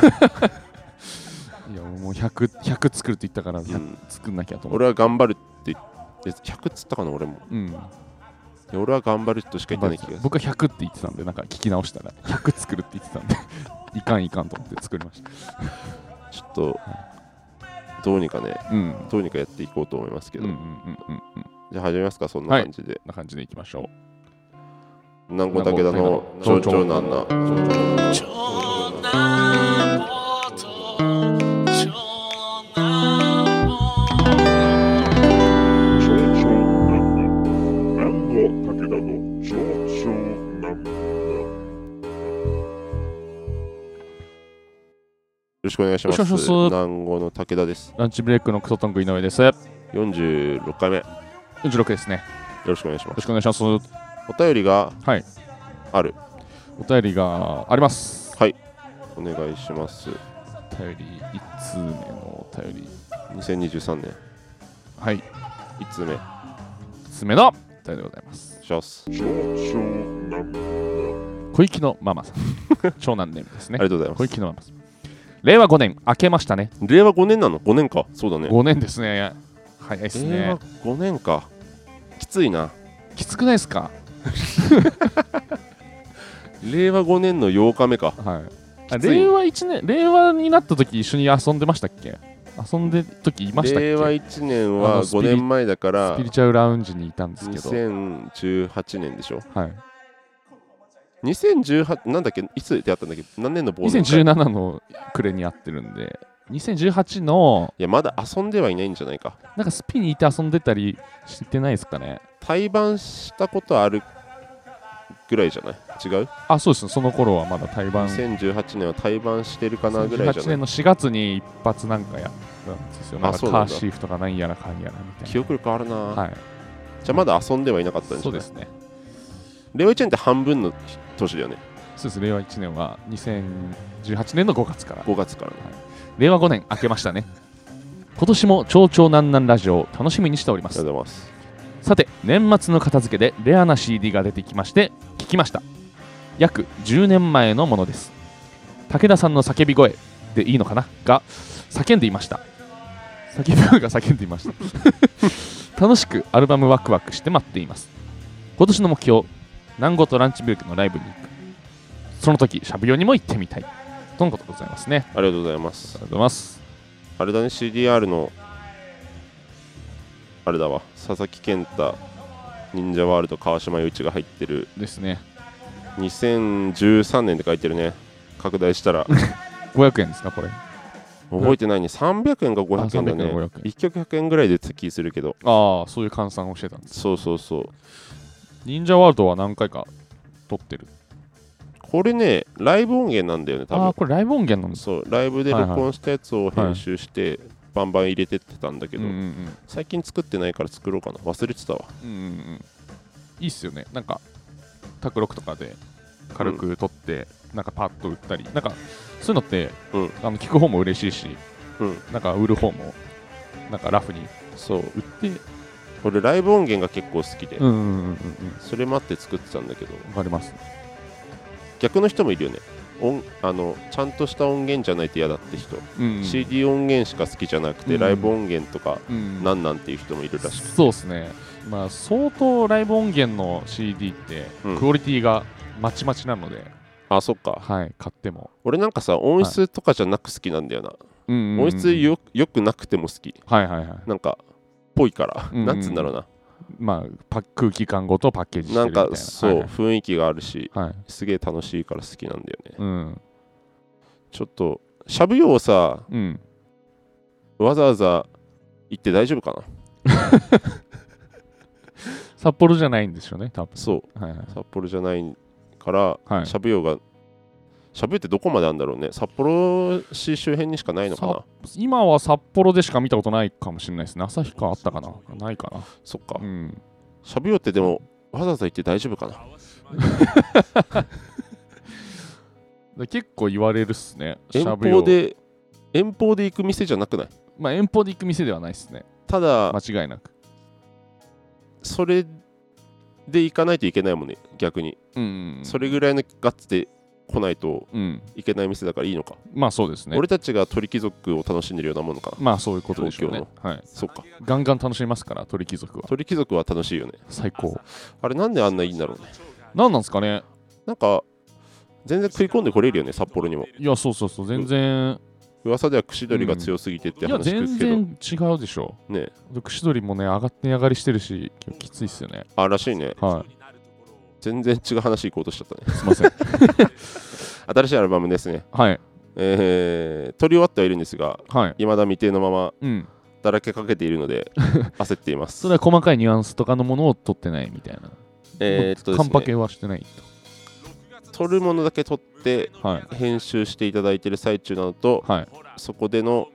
B: 俺もう 100, 100作るって言ったから
A: う
B: 100
A: ん、
B: 作んなきゃと思って、
A: 俺は頑張るって言って100っつったかな俺も
B: うん、
A: いや俺は頑張るとしか言ってない気がする
B: 僕は100って言ってたんでなんか聞き直したら100作るって言ってたんで いかんいかんと思って作りました
A: ちょっとどうにかね
B: うん
A: どうにかやっていこうと思いますけ
B: うん
A: ど、
B: うんうんうんうん
A: じゃあ始めますかそんな感じで、
B: な感じでいきましょ
A: 南郷武田の長々なんな
C: ちょなことちょなこと
D: 長々なんなんなんの武田の長々なんなん
A: よろしくお願いします。
B: よろしくお願いします
A: 南郷の武田です。
B: うランチブレイクのクソトング井上です46
A: 46回目、よ
B: ですねよ
A: ろしくお願いしま
B: ろ
A: す。
B: しくお願いします
A: お便りが
B: はい
A: ある。
B: お便りがあります
A: お願いします。
B: お便り1通目のお便り
A: 2023年、
B: はい
A: 1つ目、
B: 1通目のお便りでございます
A: シャス。
D: 長々なん
B: 小雪のママ さん長男ネームです
A: あ
B: ね
A: りがとうござい
B: 小
A: ます。
B: 雪のママさん令和5年明けましたね
A: 令和5年なの ?5 年か。そうだね。
B: 5年ですね早いです
A: 令和
B: ね
A: 5年か。きついな。
B: きつくないですか
A: 令和5年の8日目か。
B: はいあ
A: きつい
B: 令和一年令和になった時一緒に遊んでましたっけ遊んでる時いましたっけ
A: 令和1年
B: あ
A: は
B: のスピ
A: 5
B: リ
A: 年前だか
B: ス
A: ら
B: ピリ、チュアルラウンジにいたんですけど、
A: 2018年でしょ。
B: はい、
A: 2018、なんだっけいつ出会ったんだっけ何年の忘年会い
B: 2017の暮れにやってるんで2018の
A: や、まだ遊んではいないんじゃないか。
B: なんかスピにいて遊んでたりしてないですかね
A: 対バンしたことあるぐらいじゃない違う
B: あそうですねその頃はまだ台湾
A: ?2018 年は対バンしてるかなぐらいじゃな
B: 2018年
A: い
B: の4月に一発なんかやったんですよなんか
A: あそ
B: カ
A: うなん
B: ー
A: だ
B: シーフとかなんやらかんやらみたい
A: 記憶力あるな、
B: なはい
A: じゃあまだ遊んではいなかったんじ
B: そ
A: ゃ
B: う
A: な
B: で
A: い
B: すね
A: 令和1年って半分の年だよね
B: そうです令和1年は2018年の5月から
A: 5月からね
B: 令和5年明けましたね今年も「長々なんなんラジオ」を楽しみにしており
A: あ
B: ま
A: りが
B: す
A: とうございます
B: さて年末の片付けでレアな CD が出てきまして聞きました約10年前のものです武田さんの叫び声でいいのかなが叫んでいました叫び声が叫んでいました 楽しくアルバムワクワクして待っています今年の目標南郷とランチブレイクのライブに行くその時しゃぶよにも行ってみたいとのことでございますね
A: ありがとうございま
B: ありが
A: す
B: とうございます
A: あれだね CDR のあれだわ佐々木健太忍者ワールド川島祐一が入ってる
B: ですね
A: 2013年で書いてるね拡大 したら
B: 500円ですかこれあ
A: 覚えてないね300円か500円だね
B: 300円500円
A: 1曲100円ぐらいで月するけど
B: あそういう換算をしてたんです
A: そうそうそう
B: 忍者ワールドは何回か撮ってる
A: これねライブ音源なんだよね多
B: ああ
A: 分
B: ーこれライブ音源なんです
A: そうライブで録音したやつを
B: はい
A: 編集して、バンバン入れてってたんだけ
B: け
A: ど、
B: ど、うんうん
A: 最近作ってないから作ろうかな忘れてたわ
B: うんうんうんいいっすよねなんか卓録とかで軽く撮って、なんかパッと売ったりなんかそういうのって、
A: うん
B: あの聞く方も嬉しいし、
A: うん
B: なんか売る方もなんかラフに
A: そう
B: 売って
A: 俺ライブ音源が結構好きで、
B: んうんうんうん
A: それ待って作ってたんだけど
B: わかります
A: 逆の人もいるよね音あのちゃんとした音源じゃないと嫌だって人、
B: うん、
A: CD 音源しか好きじゃなくて、
B: うん
A: ライブ音源とか
B: うん
A: なんなんていう人もいるらしく
B: そうですねまあ相当ライブ音源の CD って
A: うん
B: クオリティがまちまちなので、
A: あそっか
B: はい買っても
A: 俺なんかさ音質とかじゃなく好きなんだよな、
B: うんうんうん
A: 音質よよくなくても好き
B: はいはいはい
A: なんかぽいから、
B: うんうん
A: なんつうんだろうな
B: まあ、パ空気感ごとパッケージして
A: なん
B: るみたいな
A: かそう、雰囲気があるし
B: はいはい、はい
A: すげえ楽しいから好きなんだよね
B: うん
A: ちょっとしゃぶ用をさ
B: うん、
A: わざわざ行って大丈夫かな
B: 札幌じゃないんですよね多分
A: そう
B: はいはい
A: 札幌じゃないから、
B: はい
A: しゃぶ用がしゃぶ用ってどこまであるんだろうね札幌市周辺にしかないのかな
B: 今は札幌でしか見たことないかもしれないですね旭川あったかなないかな
A: そっか、
B: うん
A: しゃぶ用ってでもわざわざ行って大丈夫かな
B: で結構言われるっすね
A: 遠
B: しゃぶ葉
A: 方で遠方で行く店じゃなくない
B: まあ遠方で行く店ではないっすね
A: ただ、
B: 間違いなく
A: それで行かないといけないもんね逆に、
B: うん
A: それぐらいのガッツで来ないと
B: うん、
A: いけない店だからいいのか、
B: まあそうですね
A: 俺たちが鳥貴族を楽しんでるようなものかな
B: まあそういうことでしょうね
A: 東、
B: はい、
A: そっか
B: ガンガン楽しみますから鳥貴族は
A: 鳥貴族は楽しいよね
B: 最高
A: あれなんであんないいんだろうね
B: 何なんですかね
A: なんか全然食い込んでこれるよね札幌にも
B: いやそうそうそう全然
A: 噂では串取りが強すぎてって
B: いや
A: 話聞
B: 全
A: くけど、
B: 然違うでしょ
A: ね
B: 串取りもね上がって上がりしてるしきついっすよね
A: あらしいね
B: はい
A: 全然違う話行こうとしちゃったね
B: すいません
A: 新しいアルバムですね
B: はい
A: えー、撮り終わってはいるんですが
B: はい
A: 未だ未定のまま
B: うん
A: だらけかけているの で焦っています
B: それは細かいニュアンスとかのものを取ってないみたいな
A: えー、っとで
B: カ
A: す
B: ンパ
A: ね
B: ケはしてない
A: 撮るものだけ撮って
B: とはい
A: 編集していただいている最中なのと
B: はい
A: そこでの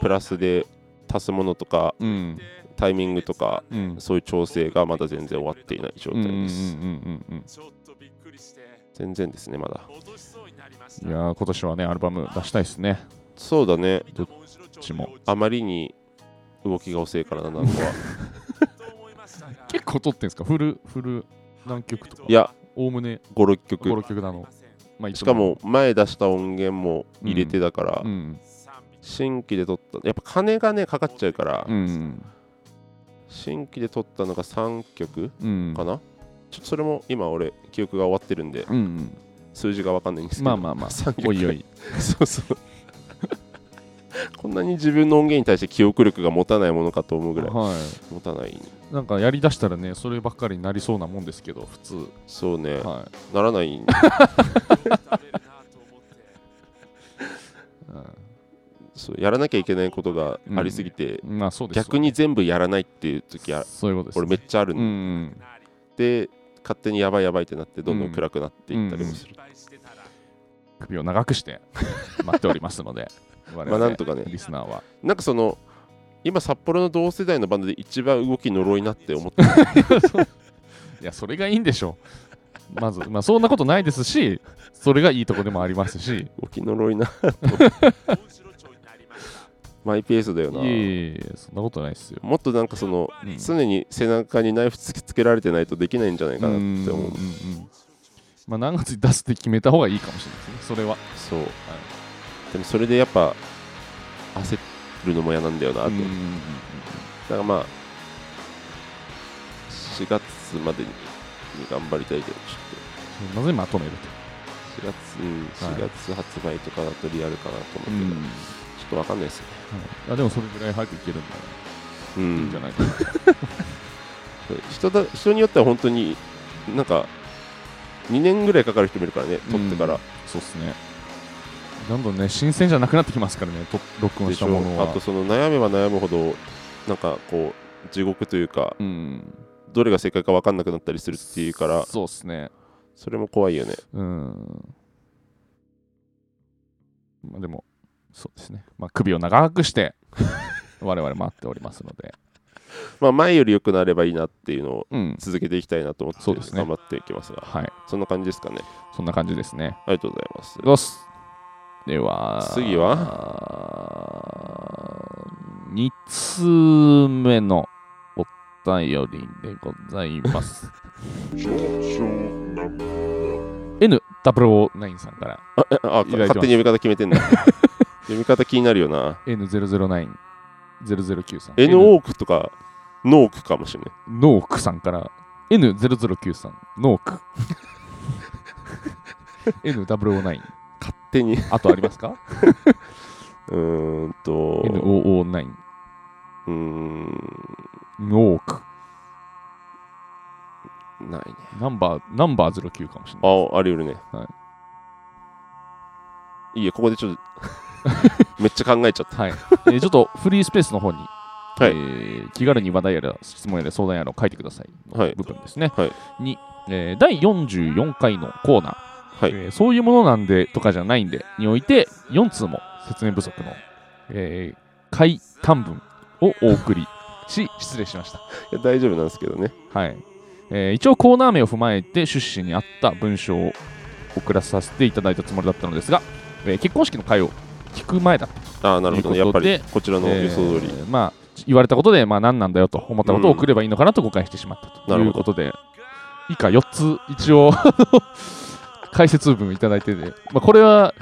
A: プラスで足すものとか
B: うん
A: タイミングとか
B: うん
A: そういう調整がまだ全然終わっていない状
B: うんう
A: 態
B: んうん
A: です、
B: うんうん
A: 全然ですねまだ
B: いやー今年はねアルバム出したいですね
A: そうだね
B: どっちも
A: あまりに動きが遅いからななんかは
B: 結構撮ってんすかフルフル 何曲とか
A: いや
B: おおむね
A: 56
B: 56
A: 曲
B: 曲 なの、まあ、いつ
A: しかも前出した音源も入れてだから、
B: うん
A: 新規で撮ったやっぱ金がねかかっちゃうから、
B: うん
A: 新規で撮ったのが3曲
B: うん
A: かな、ちょっとそれも今俺記憶が終わってるんで
B: うんうん
A: 数字が分かんないんですけど
B: まあまあまあ
A: 3曲
B: おいおい
A: そうそうこんなに自分の音源に対して記憶力が持たないものかと思うぐらい
B: は
A: 持たない
B: いなんかやりだしたらねそればっかりになりそうなもんですけど普通
A: そうね、
B: は
A: ならない
B: い、うん
A: そうやらなきゃいけないことがありすぎて、
B: まあそうです
A: 逆に全部やらないっていう時は
B: そういうことです
A: 俺めっちゃある
B: うんん
A: で、勝手にやばいやばいってなってどんどん暗くなっていったりもする、
B: 首を長くして 待っておりますので我 々
A: まあなんとかね
B: リスナーは
A: なんかその今札幌の同世代のバンドで一番動き呪いなって思ってる
B: いやそれがいいんでしょうまず、まあ、そんなことないですしそれがいいとこでもありま すし
A: 動き呪いなマイペースだよない
B: えいえそんなことないですよ
A: もっとなんかその、
B: うん
A: 常に背中にナイフ突きつけられてないとできないんじゃないかなって思う、
B: んんうんまあ、何月に出すって決めた方がいいかもしれないですね、それは。
A: そう、でもそれでやっぱ焦るのも嫌なんだよなと、
B: うんうんうんうん
A: だからまあ4月までに頑張りたいけどちょ
B: なぜまとめる
A: っと4月、うん、4月発売とかだとリアルかなと思う
B: と、
A: けど、ちょっとわかんないですね
B: はいあでもそれぐらい早くいけるんだね、
A: う
B: いい
A: ん
B: んじゃないかな。
A: 人だ人によっては本当になんか2年ぐらいかかる人もいるからね撮ってから、
B: そうっすね。どんどんね、新鮮じゃなくなってきますからね、と録音
A: で
B: し
A: したょ
B: もの
A: あ
B: は
A: と。その悩めば悩むほどなんかこう地獄というか
B: うん、
A: どれが正解か分かんなくなったりするっていうから
B: そうっすね。
A: それも怖いよね
B: うん。まあでも、そうですね。まあ、首を長くして、 我々待っておりますので。
A: まあ前より良くなればいいなっていうのを
B: うん。
A: 続けていきたいなと思って
B: そうですね
A: 頑張っていきますが
B: はい。
A: そんな感じですかね
B: そんな感じですね。
A: ありがとうございます
B: どうすでは
A: 次
B: 2通目のお便りでございます N009 さんから
A: あえあ
B: いただいてます
A: 勝手に読み方決めてん だ読み方気になるよな
B: N009009 さん
A: N オークとかノークかもしれない
B: ノークさんから N009 さんノー ク N009
A: 勝手に
B: あとありますか
A: うーんと
B: ?N009
A: うーん
B: ノーク
A: ないね
B: ナンバーナンバー09かもしれない
A: ああり得るね
B: はい
A: いえここでちょっ とめっちゃ考えちゃった
B: はい、えーちょっとフリースペースの方に、
A: はい
B: えー気軽に話題やら質問やら相談やらを書いてください
A: はい
B: 部分ですね、
A: はい
B: に、えー第44回のコーナー、
A: はい
B: えーそういうものなんでとかじゃないんでにおいて4通も説明不足の、えー、回短文をお送りし失礼しました
A: いや大丈夫なんですけどね
B: はいえー一応コーナー名を踏まえて趣旨に合った文章を送らさせていただいたつもりだったのですが、えー結婚式の会を聞く前だった
A: ああなるほどね
B: とい
A: や
B: う
A: っぱ
B: ことで
A: りこちらの予想通り、
B: えーまあ言われたことでまあ何なんだよと思ったことを送ればいいのかなと誤解してしまった
A: な
B: とい
A: る
B: う
A: ほ
B: ことで、以下4つ一応 解説文いただいてて、まあ、これは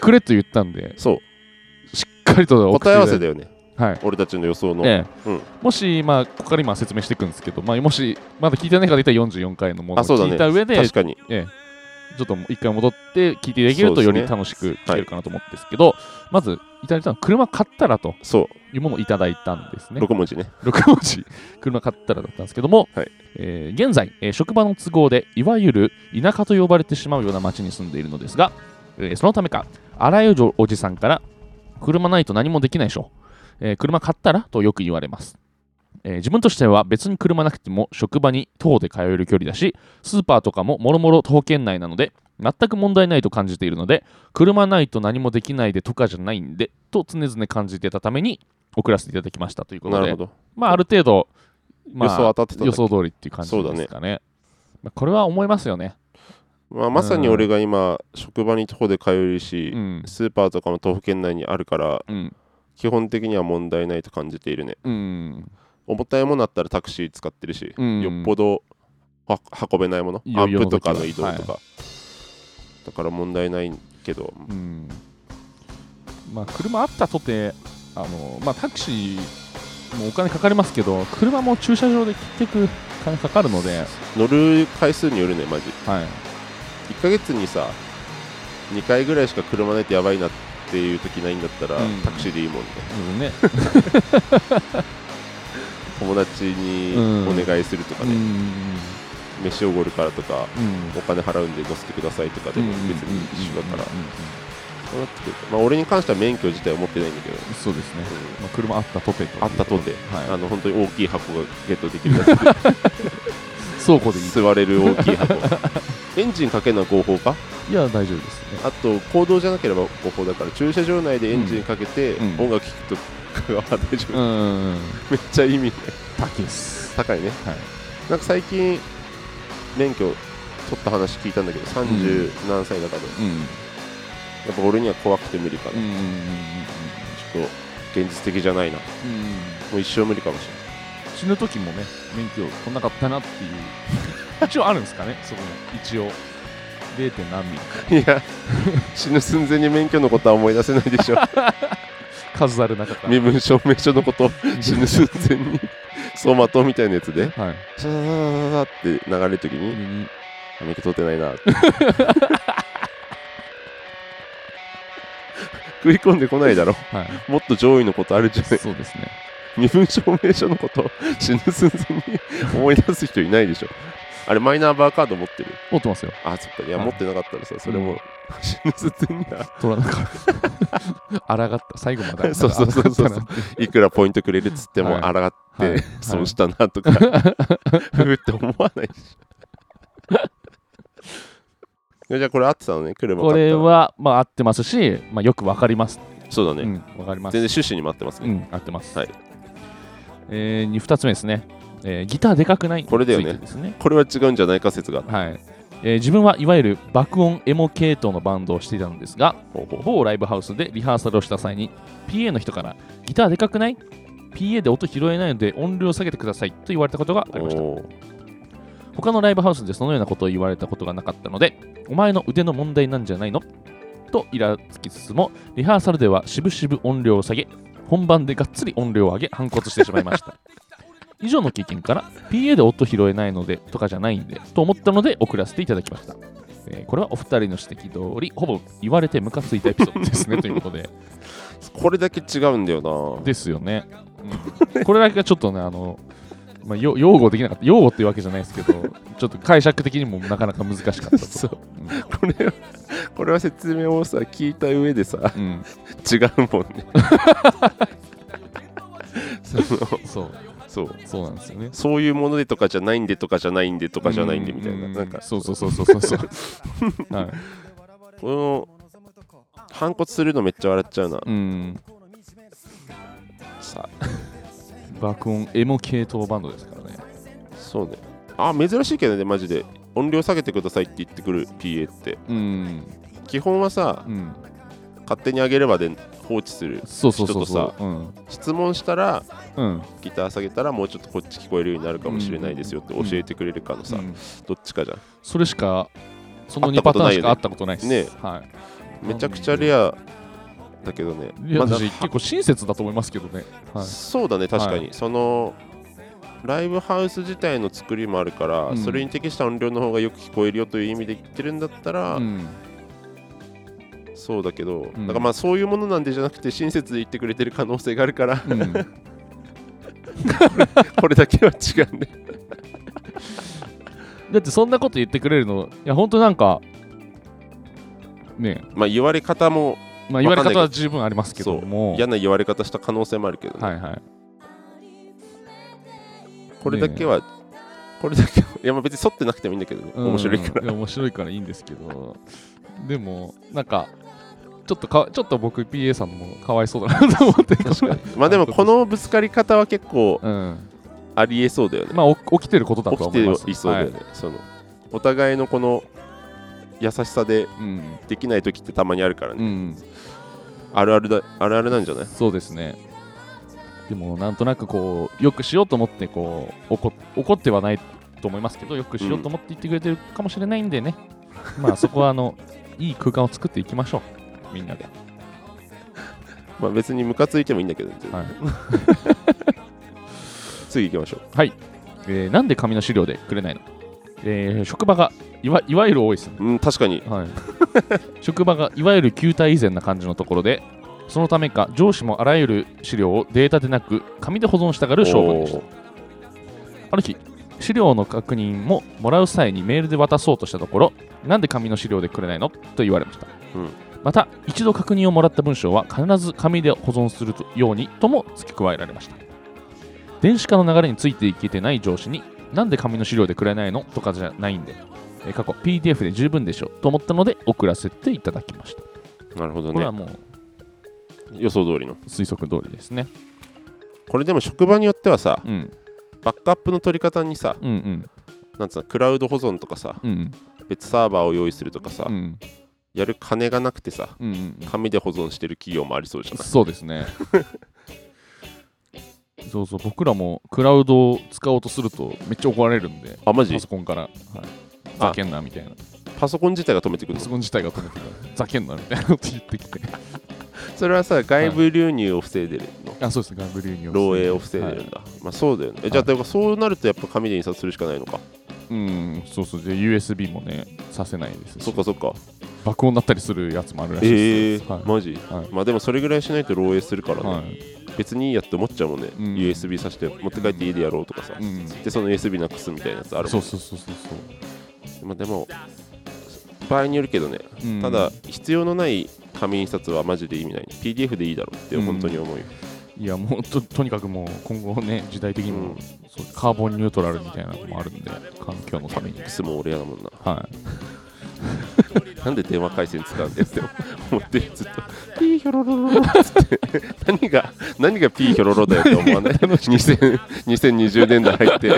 B: くれと言ったんで、
A: そう
B: しっかりと送って
A: 答
B: い
A: え合わ
B: ただいて
A: せだよね
B: はい
A: 俺たちの予想の、
B: ええ
A: うん
B: もし、まあ、ここから今説明していくんですけど、まあ、もしまだ聞いてない方いたら44回のものを
A: あそうだね
B: 聞いた上で、
A: 確かに
B: ちょっともう一回戻って聞いていただけると
A: そ
B: よ
A: うで
B: り
A: すね
B: 楽しく聞けるかなと思うんですけど、まずいただいたのは車買ったらと
A: そ
B: いうものをいただいたんです
A: う
B: ね。
A: 6文字ね
B: 6文字車買ったらだったんですけども、
A: はい
B: えー現在、えー職場の都合でいわゆる田舎と呼ばれてしまうような町に住んでいるのですが、えーそのためかあらゆるおじさんから車ないと何もできないでしょ、えー車買ったらとよく言われます、えー自分としては別に車なくても職場に徒歩で通える距離だしスーパーとかももろもろ徒歩圏内なので全く問題ないと感じているので車ないと何もできないでとかじゃないんでと常々感じていたために送らせていただきましたということ
A: な
B: で
A: るほど
B: まあ、ある程度、まあ、
A: 予想当たってたんだ
B: 予想通りっていう感じですかね。まあ、これは思いますよね。
A: まあ、まさに俺が今、職場に徒歩で通えるし、
B: うん。
A: スーパーとかも徒歩圏内にあるから
B: うん。
A: 基本的には問題ないと感じているね
B: うん。
A: 重たいものあったらタクシー使ってるし、
B: うん
A: よっぽどは運べないものア
B: 余
A: ッ
B: 裕の
A: プ
B: 時
A: と
B: は
A: かの移動とか、だから問題ないけど
B: うん。まあ、車あったとて、あの、まあ、タクシーもお金かかりますけど、車も駐車場で結局、金かかるので、
A: 乗る回数によるねマジ
B: はい。
A: 1ヶ月にさ2回ぐらいしか車ないとやばいなっていう時ないんだったら、
B: うん
A: タクシーでいいもんね
B: そうです
A: 友達に
B: うん
A: お願いするとか
B: ね。う
A: ね、
B: ん。
A: 飯おごるからとか
B: うん。
A: お金払うんでご捨てくださいとかでも別に一緒だから、
B: うんうんうん
A: そうなってくるとまあ俺に関しては免許自体は持ってないんだけど、
B: うんそうですね。
A: う
B: まあ、車あったとてということ
A: んあったとて、あ
B: はい。
A: の本当に大きい箱がゲットでき るだけで
B: 倉庫でいい。
A: 座れる大きい箱エンジンかけるのは合法か
B: いや、大丈夫ですね。
A: あと行動じゃなければ合法だから駐車場内でエンジンかけて
B: うんうん
A: 音楽聴くとかは大丈夫、
B: うん。
A: めっちゃ意味ない
B: 滝です。
A: 高いね
B: はい。
A: なんか最近免許取った話聞いたんだけど30何歳だかで、や
B: うん。
A: っぱ俺には怖くて無理か
B: うんうんうんうんうんうん
A: な、ちょっと現実的じゃないなもう一生無理かもしれない
B: 死ぬ時もね免許取んなかっ たなっていう一応あるんですかねそこに一応 0. 点何ミリ
A: いや、死ぬ寸前に免許のことは思い出せない でしょ。
B: 数ある中から
A: 身分証明書のこと、死ぬ寸前に、走馬灯みたいなやつで、
B: はい
A: シャシャシャシャシャって流れるときに、免許取って ないなって。食い込んでこないだろ。
B: は
A: もっと上位のことあるじゃない
B: い。そうですね
A: 身分証明書のこと、死ぬ寸前に思い出す人いないでしょ。あれ、マイナンバーカード持ってる。
B: 持ってますよ
A: あ、そっか。いや、
B: はい
A: 持ってなかったらさ、それ
B: う
A: も
B: ん、
A: 死ぬ寸前には、
B: 取らな かった抗った最後まで抗ったな
A: そうそうそうそういくらポイントくれるっつって
B: は
A: も、
B: い
A: あらがっ
B: はい
A: って損したなとか、ふうって思わないでし ょ。じゃあこれ合ってたのね、車買
B: こ
A: った
B: れはまあ合ってますしまあよくわかります
A: そうだね、
B: うんわかります
A: 全然趣旨に待ってます
B: う
A: ね。
B: ん合ってます
A: はい
B: えーに二つ目ですねえーギターでかくない
A: これだよね
B: についてですね
A: これは違うんじゃないか説があった。
B: はいえー自分はいわゆる爆音エモ系統のバンドをしていたのですが
A: ほうほう
B: 某ライブハウスでリハーサルをした際に PA の人からギターでかくない ?PA で音拾えないので音量を下げてくださいと言われたことがありました
A: おー
B: 他のライブハウスでそのようなことを言われたことがなかったのでお前の腕の問題なんじゃないのとイラつきつつもリハーサルではしぶしぶ音量を下げ本番でがっつり音量を上げ反骨してしまいました以上の経験から PA で音拾えないのでとかじゃないんでと思ったので送らせていただきました、えーこれはお二人の指摘通りほぼ言われてムカついたエピソードですねということで
A: これだけ違うんだよな。
B: ですよね、うんこれだけはちょっとねあの、まあ、よ擁護できなかった擁護っていうわけじゃないですけどちょっと解釈的にもなかなか難しかった と
A: そう
B: うん
A: これは、 これは説明をさ、聞いた上でさ、
B: うん、
A: 違うもんね。 その
B: そう、
A: そう
B: そうなんですよね。
A: そういうものでとかじゃないんでとかじゃないんでとかじゃないんでみたいな
B: う
A: なんか
B: そうそうそうそうそ うそう。はい、
A: この反骨するのめっちゃ笑っちゃうな
B: うん、
A: さ
B: 爆音エモ系統バンドですからね。
A: そうね。あ、珍しいけどね、マジで。音量下げてくださいって言ってくる PA って。
B: うん、
A: 基本はさ
B: う、ん、
A: 勝手に上げればで放置する。
B: そうそうそう
A: ちょ
B: そ
A: っ
B: う。うん、
A: 質問したら、
B: うん、
A: ギター下げたらもうちょっとこっち聞こえるようになるかもしれないですよって
B: うん
A: 教えてくれるかのさ、
B: うん
A: どっちかじゃん。
B: それしかその
A: 会っ
B: 2
A: た
B: パ
A: こ
B: タ
A: と
B: ーン
A: ない
B: し
A: よね
B: か会ったことないです。
A: ね
B: はい
A: めちゃくちゃレアだけどね。
B: いや
A: まだ
B: 私結構親切だと思いますけどね。はい
A: そうだね確かに、
B: は
A: そのライブハウス自体の作りもあるから、
B: うん
A: それに適した音量の方がよく聞こえるよという意味で言ってるんだったら、
B: うん
A: そうだけど、
B: うん
A: だからまあそういうものなんでじゃなくて親切で言ってくれてる可能性があるから、
B: うん
A: これだけは違うんで
B: だってそんなこと言ってくれるの、いや本当なんか、ね
A: まあ言われ方も
B: え、まあ、言われ方は十分ありますけども、
A: 嫌な言われ方した可能性もあるけど、ね
B: はいはい。
A: これだけは、これだけはいや まあ別に沿ってなくてもいいんだけどね、
B: うん
A: 面白いから
B: や面白いからいいんですけど、でも、なんか、ちょっとかちょっと僕、PA さんもかわいそうだなと思って、
A: 確かにまあでもこのぶつかり方は結構
B: うん、
A: ありえそうだよね
B: まあ、お起きてることだと
A: 起
B: は
A: き
B: 思います。
A: ていそうだよね、そのお互いのこの優しさで
B: はいうん
A: できない時ってたまにあるからね、
B: うん
A: あるあるだあるあるなんじゃない
B: そうですね。でも、なんとなくこう、よくしようと思ってこう怒、怒ってはないと思いますけど、よくしようと思って言ってくれてるかもしれないんでね、まあそこはあの、 いい空間を作っていきましょう、みんなで。
A: まあ別にムカついてもいいんだけど、
B: はい
A: 次行きましょ
B: えーなんで紙の資料でくれないの、えー職場がいわいわゆる多いですね。
A: ううん確かに
B: はい、 職場がいわゆる球体以前な感じのところでそのためか上司もあらゆる資料をデータでなく紙で保存したがる性分でした
A: おー
B: ある日資料の確認ももらう際にメールで渡そうとしたところなんで紙の資料でくれないのと言われました、
A: うん
B: また一度確認をもらった文章は必ず紙で保存するようにとも付け加えられました電子化の流れについていけてない上司になんで紙の資料でくれないのとかじゃないんでえー過去 PDF で十分でしょと思ったので送らせていただきましたこ
A: なるほど
B: れ
A: ね
B: はもう
A: 予想通りの
B: 推測通りですね、
A: これでも職場によってはさ
B: うん、
A: バックアップの取り方にさ
B: うんうん
A: なんつうのクラウド保存とかさ
B: うん
A: 別サーバーを用意するとかさ、
B: うんうん
A: やる金がなくてさ
B: うんうん
A: 紙で保存してる企業もありそうじゃない
B: そうですね そうそう僕らもクラウドを使おうとするとめっちゃ怒られるんで
A: あマジ
B: パソコンから、はい、
A: あ
B: ざけんなみたいな
A: パソコン自体が止めてくる
B: パ
A: の
B: ソコン自体が止めてからざけんなみたいなこと言ってきて
A: それはさ外部流入を防いでるの、
B: あそうですね外部流入
A: 漏洩を防いでるんだ、まあそうだよねえじゃあ、
B: は
A: だからそうなるとやっぱ紙で印刷するしかないのか
B: うんそうそうで USB もねさせないですし
A: そっかそっか
B: 爆音だったりするやつもあるらしい
A: ええ
B: です、はい
A: マジ、
B: はい
A: まあでもそれぐらいしないと漏洩するからね、
B: はい
A: 別にいいやって思っちゃうもんね、
B: うん
A: USB さして持って帰って家でやろうとかさ、
B: うん
A: でその USB なくすみたいなやつあるもん
B: そうそうそうそうそ
A: まあ、でも場合によるけどね、
B: う、うん
A: ただ必要のない紙印刷はマジで意味ない PDF でいいだろうって
B: うん
A: 本当に思うよ、
B: いやもうととにかくもう今後ね時代的にも、
A: うん
B: そうカーボンニュートラルみたいなのもあるんで環境のために
A: クスも俺やだもんな
B: はい
A: なんで電話回線使うんだよって思ってずっとピーヒョロロロロっつって何が何がピーヒョロロだよって思わ ない2000 2020年代入って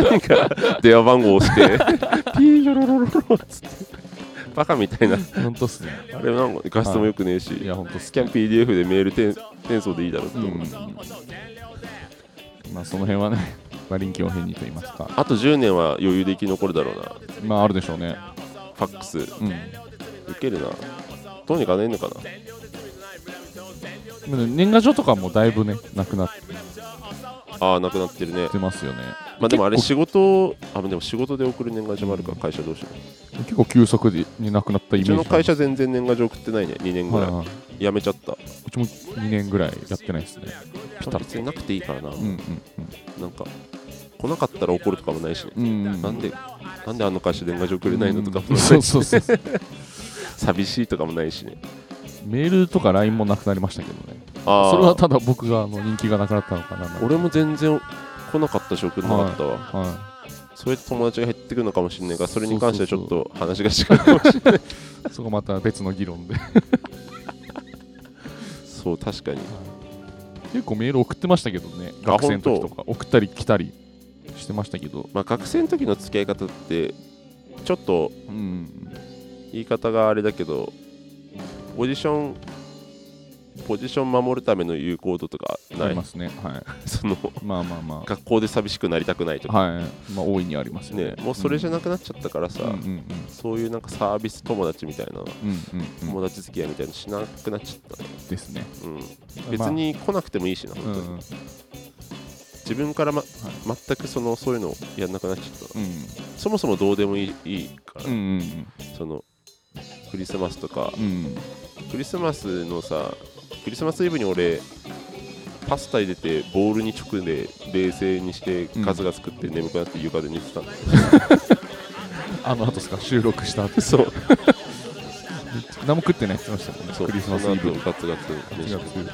A: 何か電話番号を押してピーヒョロロロロっつってバカみたいな
B: 本当っすね
A: あれなんか画質も良くねえし、
B: いや本当っす
A: スキャン PDF でメール転転送でいいだろうって
B: う
A: 思う、
B: んまあその辺はね まあ臨機応変にと言いますか
A: あと10年は余裕で生き残るだろうな
B: まああるでしょうね
A: ファックス
B: うん
A: 受けるなどうにかねえのかな
B: まあね年賀状とかもだいぶねなくなっ
A: ああなくなってるね
B: てますよね
A: まあでもあれ
B: 結
A: 仕事あでも仕事で送る年賀状もあるから会社どうしよう
B: 構結構急速でになくなったイ
A: う
B: メー
A: ち
B: ジ
A: の会社全然年賀状送ってないね2年ぐ
B: はい
A: ら
B: はい
A: い辞めちゃった
B: うちも2年ぐらいやってないですねピタッ
A: 別になくていいからな、
B: うんうん
A: なんか来なかったら怒るとかもないしね、
B: うんうん
A: なんでなんであの会社年賀状くれないのとかも
B: うん
A: な
B: そ
A: いうし
B: そうそうそう
A: 寂しいとかもないしね
B: メールとか LINE もなくなりましたけどね
A: ああ
B: それはただ僕があの人気がなくなったのかななんか
A: 俺も全然来なかったし送んなかったわ、
B: は
A: そうやって友達が減ってくるのかもしれないからそれに関してはちょっと話が違う
B: い、そこまた別の議論で
A: そう確かに
B: 結構メール送ってましたけどね
A: あ
B: 学生の時とか送ったり来たりしてましたけど
A: まあ学生の時の付き合い方ってちょっと
B: うん
A: 言い方があれだけどオーディションポジション守るための有効度とか
B: あ
A: な
B: り
A: い
B: ますね。 はい。
A: その
B: まあまあま
A: 学校で寂しくなりたくないと
B: あ。
A: か、
B: はい。まあ大いにありますよね
A: ね。もうそれじゃ
B: な
A: なくなっちゃったからさ、
B: うんうんうん
A: そういうなんかサービス友達みたいな
B: うんうんうん
A: 友達付き合いみたいなのしなくなっちゃったね、
B: ですね。
A: うん、別に来なくてもいいしな、
B: まあ。
A: 本
B: う
A: 当
B: ん
A: に
B: うん
A: 自分から、ま全くそのそういうのをやんなくなっちゃったな、
B: うん
A: そもそもどうでもいいいいから、
B: うんうん
A: そのクリスマスとか
B: うんうん
A: クリスマスのさクリスマスイブに俺パスタ入れてボウルに直で冷静にして
B: うん
A: ガツガツ食って眠くなって床で寝て たんだ、
B: あの後ですか 収録した後
A: そう
B: 何も食ってないって言ってましたもんね
A: そう
B: クリスマスイ
A: そ
B: ブ
A: の後ガツガツ飯食って
B: 違う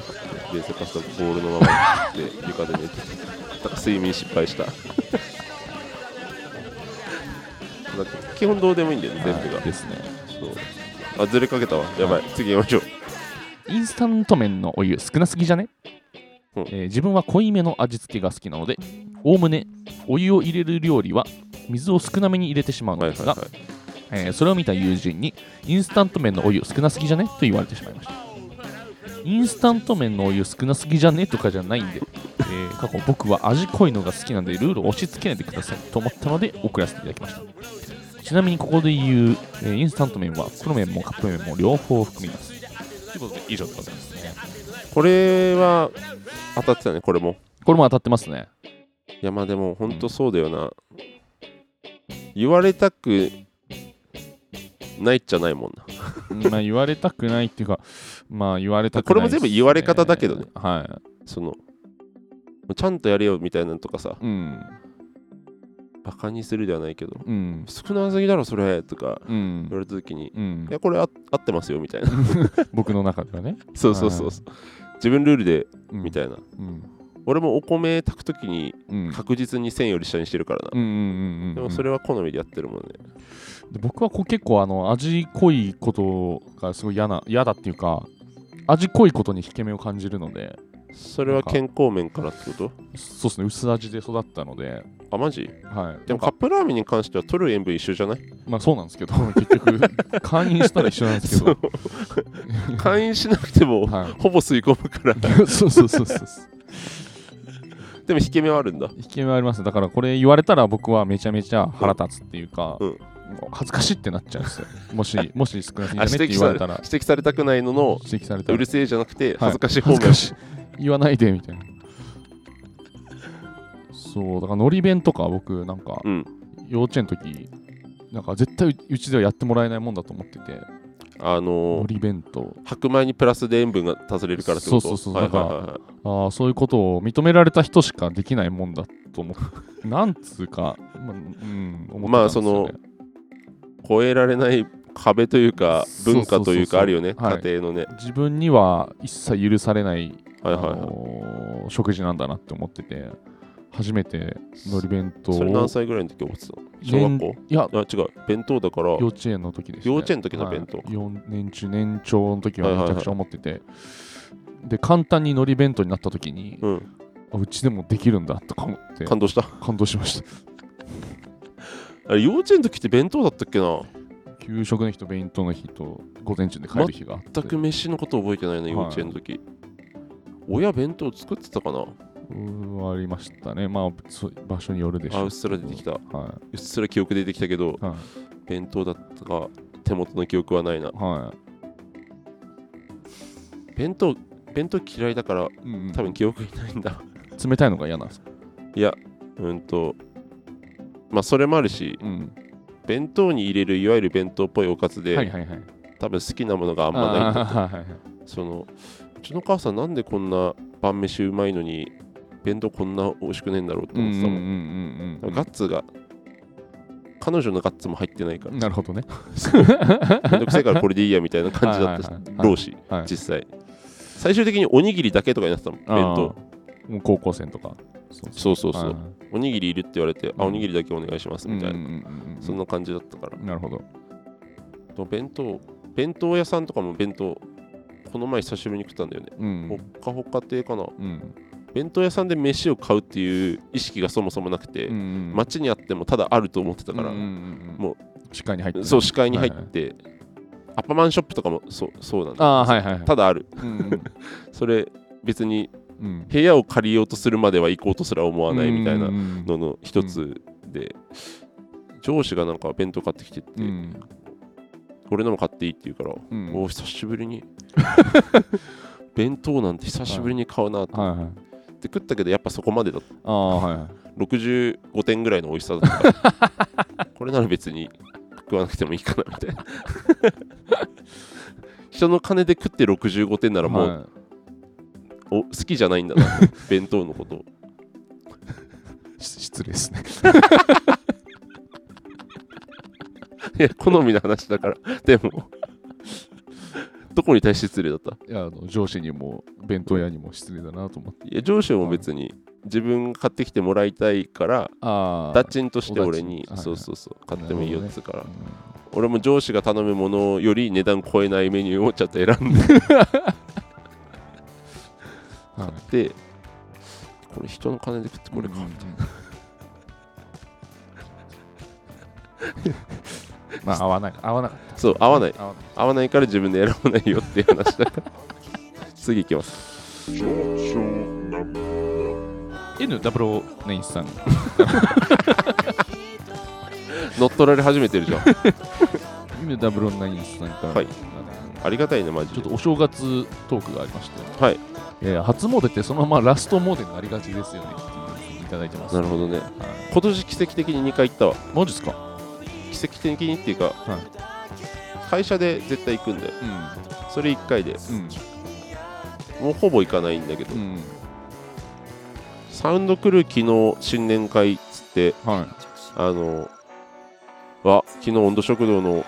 A: 冷静パスタボウルのまま食って床で寝てただから睡眠失敗 しただから基本どうでもいいんだよね全部が、
B: はいですね
A: そうあずれかけたわやばい、次行きましょう
B: インスタント麺のお湯少なすぎじゃね、
A: うん
B: えー自分は濃いめの味付けが好きなのでおおむねお湯を入れる料理は水を少なめに入れてしまう
A: は
B: の
A: い
B: で
A: は
B: す
A: い
B: が、
A: はい
B: えーそれを見た友人にインスタント麺のお湯少なすぎじゃねと言われてしまいましたインスタント麺のお湯少なすぎじゃねとかじゃないんで、えー過去僕は味濃いのが好きなんでルールを押し付けないでくださいと思ったので送らせていただきましたちなみにここで言う、えーインスタント麺は袋麺もカップ麺も両方含みますということで以上でございますね
A: これは当たってたねこれも
B: これも当たってますね
A: いやまあでも本当そうだよな、言われたくないっちゃないもんな
B: まあ言われたくないっていうか、まあ言われたくな
A: こ
B: い、
A: れも全部言われ方だけどね。
B: は
A: そのちゃんとやれよみたいなのとかさ
B: い。うん。
A: バカにするではないけど
B: うん。
A: 少なすぎだろそれとか
B: う
A: 言わ
B: ん。
A: れた時に
B: うん
A: い、やこれあ合ってますよみたいな
B: 僕の中ではね。
A: そうそうそうそう自分ルールで
B: うん
A: みたいな
B: うん。
A: 俺もお米炊く時に
B: うん。
A: 確実に1000より下にしてるからな
B: うんうんうんうん、
A: でもそれは好みでやってるもんね
B: で僕はこう結構あの味濃いことがすごい嫌な嫌だっていうか味濃いことに引け目を感じるので
A: それは健康面からってこと
B: そうですね薄味で育ったので、
A: あマジ
B: はい、
A: でもカッ
B: なんか
A: プラーメンに関しては取る塩分一緒じゃない
B: まあそうなんですけど 結局会員したら一緒なんですけど、
A: 会員しなくても
B: は
A: ほぼ吸い込む から
B: い、そうそうそうそう
A: でも引け目はあるんだ
B: 引き目はありますだからこれ言われたら僕はめちゃめちゃ腹立つっていうか、
A: うん
B: もう恥ずかしいってなっちゃうんですよもしもし少なすぎ
A: あ
B: だねって
A: 指摘
B: 言
A: さ
B: わ
A: れ
B: れたら
A: 指摘されたくないのの
B: 指摘された
A: う
B: ら
A: るせえじゃなくて恥ずかしい方
B: 恥
A: 面
B: ずかしい言わないでみたいなそうだからのり弁とか僕なんか
A: うん
B: 幼稚園の時なんか絶対ううちではやってもらえないもんだと思ってて
A: あ
B: の
A: のー
B: り弁と
A: 白米にプラスで塩分が足されるからってこと
B: そうそうそ
A: は
B: う
A: いはいはいはい
B: ああそういうことを認められた人しかできないもんだと思ってなんつう か、まあうん、思ってたんですよ、ね、
A: まあその超えられない壁というか
B: そうそう
A: 文
B: そうそう
A: 化というかあるよね
B: はい
A: 家庭のね
B: 自分には一切許されない、
A: はいはい
B: あ
A: は
B: のー食事なんだなって思ってて初めてのり弁当
A: いそれ何
B: を
A: 歳ぐらいの時思ってたの小
B: 年
A: 学校
B: いや
A: あ違う弁当だから
B: 幼稚園の時です、ね、
A: 幼稚園の時の弁当
B: はい四年中年長の時
A: はい
B: は
A: はいはい
B: めちゃくちゃ思ってて、で簡単にのり弁当になった時に、
A: うん
B: あうちでもできるんだとか思って
A: 感動した
B: 感動しました
A: あれ幼稚園の時って弁当だったっけな
B: 給食の日と弁当の日と午前中で帰る日があって
A: 全く飯のこと覚えてないね幼稚園の時親弁当作ってたかな
B: うんありましたねまあそう場所によるでし
A: あ
B: ょ
A: う
B: う
A: っすら出てきたう
B: は
A: っすら記憶出てきたけど
B: いはい
A: 弁当だったか手元の記憶はないな
B: は
A: 弁当弁当嫌いだから
B: い、うんうん
A: 多分記憶にないんだ
B: 冷たいのが嫌なんですか
A: いやうんとまあそれもあるし
B: うん
A: 弁当に入れるいわゆる弁当っぽいおかずで、
B: はいはいはい
A: 多分好きなものがあ
B: あ
A: んまないんだ
B: ーはいはいはい
A: そのうちの母さんなんでこんな晩飯うまいのに弁当こんな美味しくねえんだろうって
B: うん
A: 思っ
B: う
A: て
B: んう
A: た
B: ん
A: もん,、
B: うんうん
A: ガッツが彼女のガッツも入ってないから、
B: なるほどね
A: めんどくせえからこれでいいやみたいな感じだったし
B: はいはいはいはい
A: 老子
B: はい
A: 実際最終的におにぎりだけとかになってたもん弁当
B: 当もう高校生とかそう
A: そうそうそう、
B: はいはい
A: おにぎりいるって言われて、あおにぎりだけお願いしますみたいな、
B: うんうんうんうん
A: そんな感じだったから
B: なるほど
A: でも弁当弁当屋さんとかも弁当この前久しぶりに食ったんだよね、
B: うん
A: ほっかほか亭かな
B: うん
A: 弁当屋さんで飯を買うっていう意識がそもそもなくて、
B: うん
A: 街にあってもただあると思ってたから、
B: うんうんうん
A: も
B: 視界に入って
A: そう視界に入って、アッパーマンショップとかもそうそうなんだ
B: ああーはいはいはい
A: ただある
B: うん
A: それ別に
B: うん
A: 部屋を借りようとするまでは行こうとすら思わないみたいな
B: うん
A: のの一つで、上司がなんか弁当買ってきてって、
B: うん
A: 俺のも買っていいって言うから、
B: うん
A: おお久しぶりに 弁当なんて久しぶりに買うなって、
B: はいはい
A: で食ったけどやっぱそこまでだった
B: ああはいはい
A: 65点ぐらいの美味しさだったから これなら別に食わなくてもいいかなみたいな 人の金で食って65点ならもう、
B: はい
A: お好きじゃないんだな弁当のこと
B: し失礼ですね
A: いや 好みの話だからでもどこに対して失礼だった
B: いやあの上司にも弁当屋にも失礼だなと思って
A: いや上司も別に自分が買ってきてもらいたいから
B: あ
A: ダチンとして俺に
B: お駄賃
A: そうそうそう買ってもいいよっつうから、
B: うん
A: 俺も上司が頼むものより値段超えないメニューをちょっと選んで
B: はい
A: てこれ人の金で食ってこれか、
B: うん まあ合わない合わなかった
A: そう合わない
B: 合わ
A: 合わないから自分で選ばないよっていう話だ から次いきます
D: 上昇ナンバ
B: N009 さん
A: 乗っ取られ始めてるじゃん
B: N009 さんから、
A: はい
B: あ
A: ありがたいねマジ
B: のち
A: で
B: ょっとお正月トークがありまして、
A: はい
B: えー初詣ってそのままラスト詣になりがちですよねっていういただいてます
A: なるほどね
B: はい
A: 今年奇跡的に2回行ったわ
B: マジっすか
A: 奇跡的にっていうか、
B: は
A: 会社で絶対行くんだよ
B: う
A: それ1回で
B: ん
A: もうほぼ行かないんだけど、
B: うんうん
A: サウンドクルー昨日新年会っつって
B: はい
A: あのは昨日温度食堂の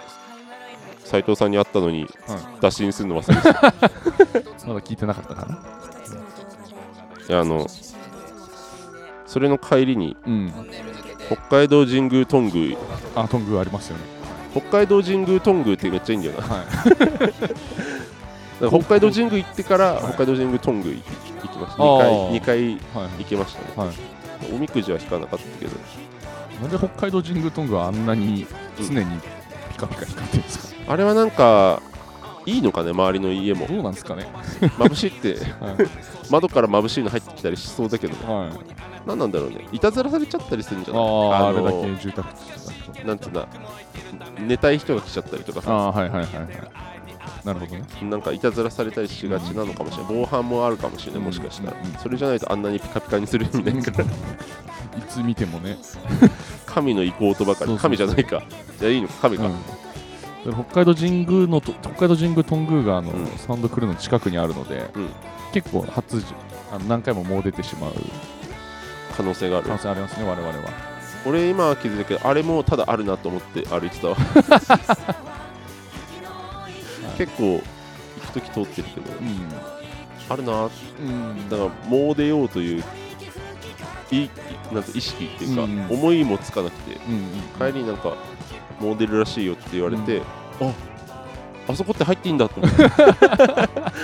A: 斉藤さんに会ったのに、
B: は
A: 打診するの忘れて
B: まだ聞いてなかったかな
A: たあのそれの帰りに
B: うん
A: 北海道神宮頓宮
B: あトングありますよね
A: 北海道神宮頓宮ってめっちゃいいんだよな
B: はい
A: だから北海道神宮行ってから北海道神宮頓宮行きました
B: あー
A: 2回二回
B: はい
A: 行きましたね
B: はい
A: おみくじは引かなかったけど
B: なんで北海道神宮トングはあんなに常にピカピカ光ってるんですか、
A: あれはなんかいいのかね周りの家 も
B: どうなんですかね、
A: 眩しいって
B: はい
A: 窓から眩しいの入ってきたりしそうだけど
B: はい、
A: 何なんだろうねいたずらされちゃったりするんじゃ
B: あ
A: ない
B: ああれ
A: の
B: だけ住宅地だと
A: なんていうんだ寝たい人が来ちゃったりとか
B: あ
A: さ
B: あはいはいはいはいなるほどね
A: なんかいたずらされたりしがちなのかもしれない防犯もあるかもしれないもしかしたら
B: うんうん
A: それじゃないとあんなにピカピカにする意味ないから
B: いつ見てもね、
A: 神の意向とばか
B: そうそうそ
A: り
B: う
A: 神じゃないかじゃあいいのか神
B: う
A: か
B: ん、北海道神宮のと北海道神宮トングがあの、
A: うん
B: サウンドクルーの近くにあるので、
A: うん
B: 結構初じあの何回ももう出てしまう
A: 可能性がある
B: 可能性ありますね我々は
A: 俺今は気づいたけどあれもただあるなと思って歩いてたわ結構行く時通ってるけど
B: う
A: あるなーっ
B: ん、うん
A: だからもう出ようといういなんて意識っていうか、
B: うん
A: 思いもつかなくて
B: うんうん、
A: 帰りになんかもう出るらしいよって言われて、ああそこって入っていいんだと思って立ち入って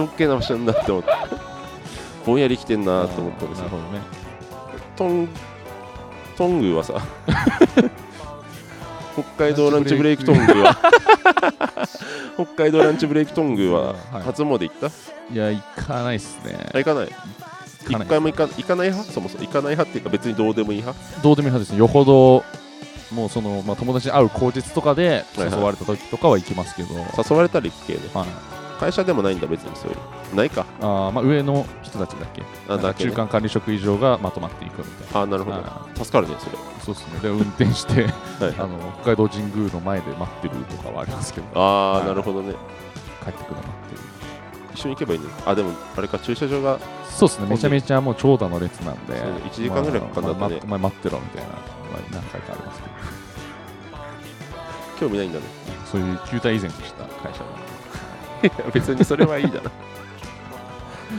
A: OK な場所なんだって思ってぼんやり来てんなと思ったんです
B: なる
A: よ
B: ほどね
A: トントングは さ北海道ランチブレイクトング は北海道ランチブレイクトングは
B: はい
A: 初詣行った、
B: いや行かないっすね
A: あ行かない
B: かない
A: 一回も行か行かない派そもそも行かない派っていうか別にどうでもいい派
B: どうでもいい派ですね、よほど、もうその、まあ、友達に会う口実とかで
A: はい
B: 誘
A: はい
B: われた時とかは行きますけど、はい
A: 誘われたら行く系ね会社でもないんだ別にそういうないか
B: あーまあ、上の人たちだけ、
A: あだけ、
B: 中
A: ね、
B: 間管理職以上がまとまっていくみたいな。
A: あなるほど
B: は
A: 助かるねそれ
B: いそうですね、で運転して
A: はい
B: あの北海道神宮の前で待ってるとかはありますけど
A: あ
B: は
A: あ
B: い
A: なるほどね
B: 帰ってくるの待ってる
A: 一緒に行けばいいねあでもあれか駐車場が
B: そうですねめちゃめちゃもう長蛇の列なんで
A: そうね一時間ぐらいかかんだったね
B: まあまあお前待ってろみたいなのは何回かありますけど
A: 興味ないんだね
B: そういう球体以前とした会社だ
A: 別にそれはいいだな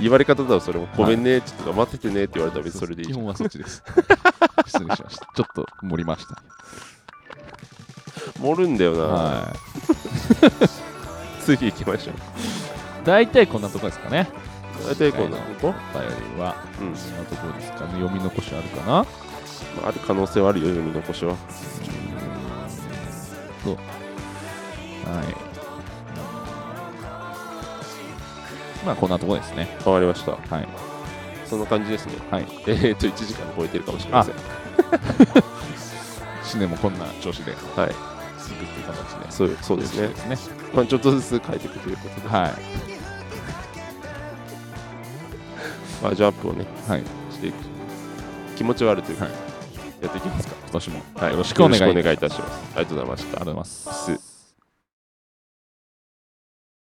A: 言われ方だろそれもごめんねちょっと待っててねって言われたら別にそれでいい
B: 基
A: じゃん
B: 本はそっちです 失礼しましたちょっと盛りました
A: 盛るんだよな
B: は
A: 次行きましょう
B: い。大体こんなとこですかね。
A: 大体こんなこと
B: お便りは。
A: うん
B: こんなとこですかね。読み残しあるかな
A: まあある可能性はあるよ読み残しは
B: はいまあこんなとこですね
A: わかりました
B: はい
A: そんな感じですね
B: はい
A: えー、っと1時間超えてるかもしれません
B: シネもこんな調子で
A: はい
B: 作っていかなちで
A: そうそうですね、
B: そうですね
A: まあ、ちょっとずつ変えていくということで、
B: は
A: まあ、ジャンプをね
B: いはい
A: していく気持ちはあるというか、
B: はい
A: やっていきますか
B: 今年も
A: はい、
B: よろしくお願いいたしま
A: い
B: す
A: いたします。ありがとうございました
B: ありがとうございます
A: す。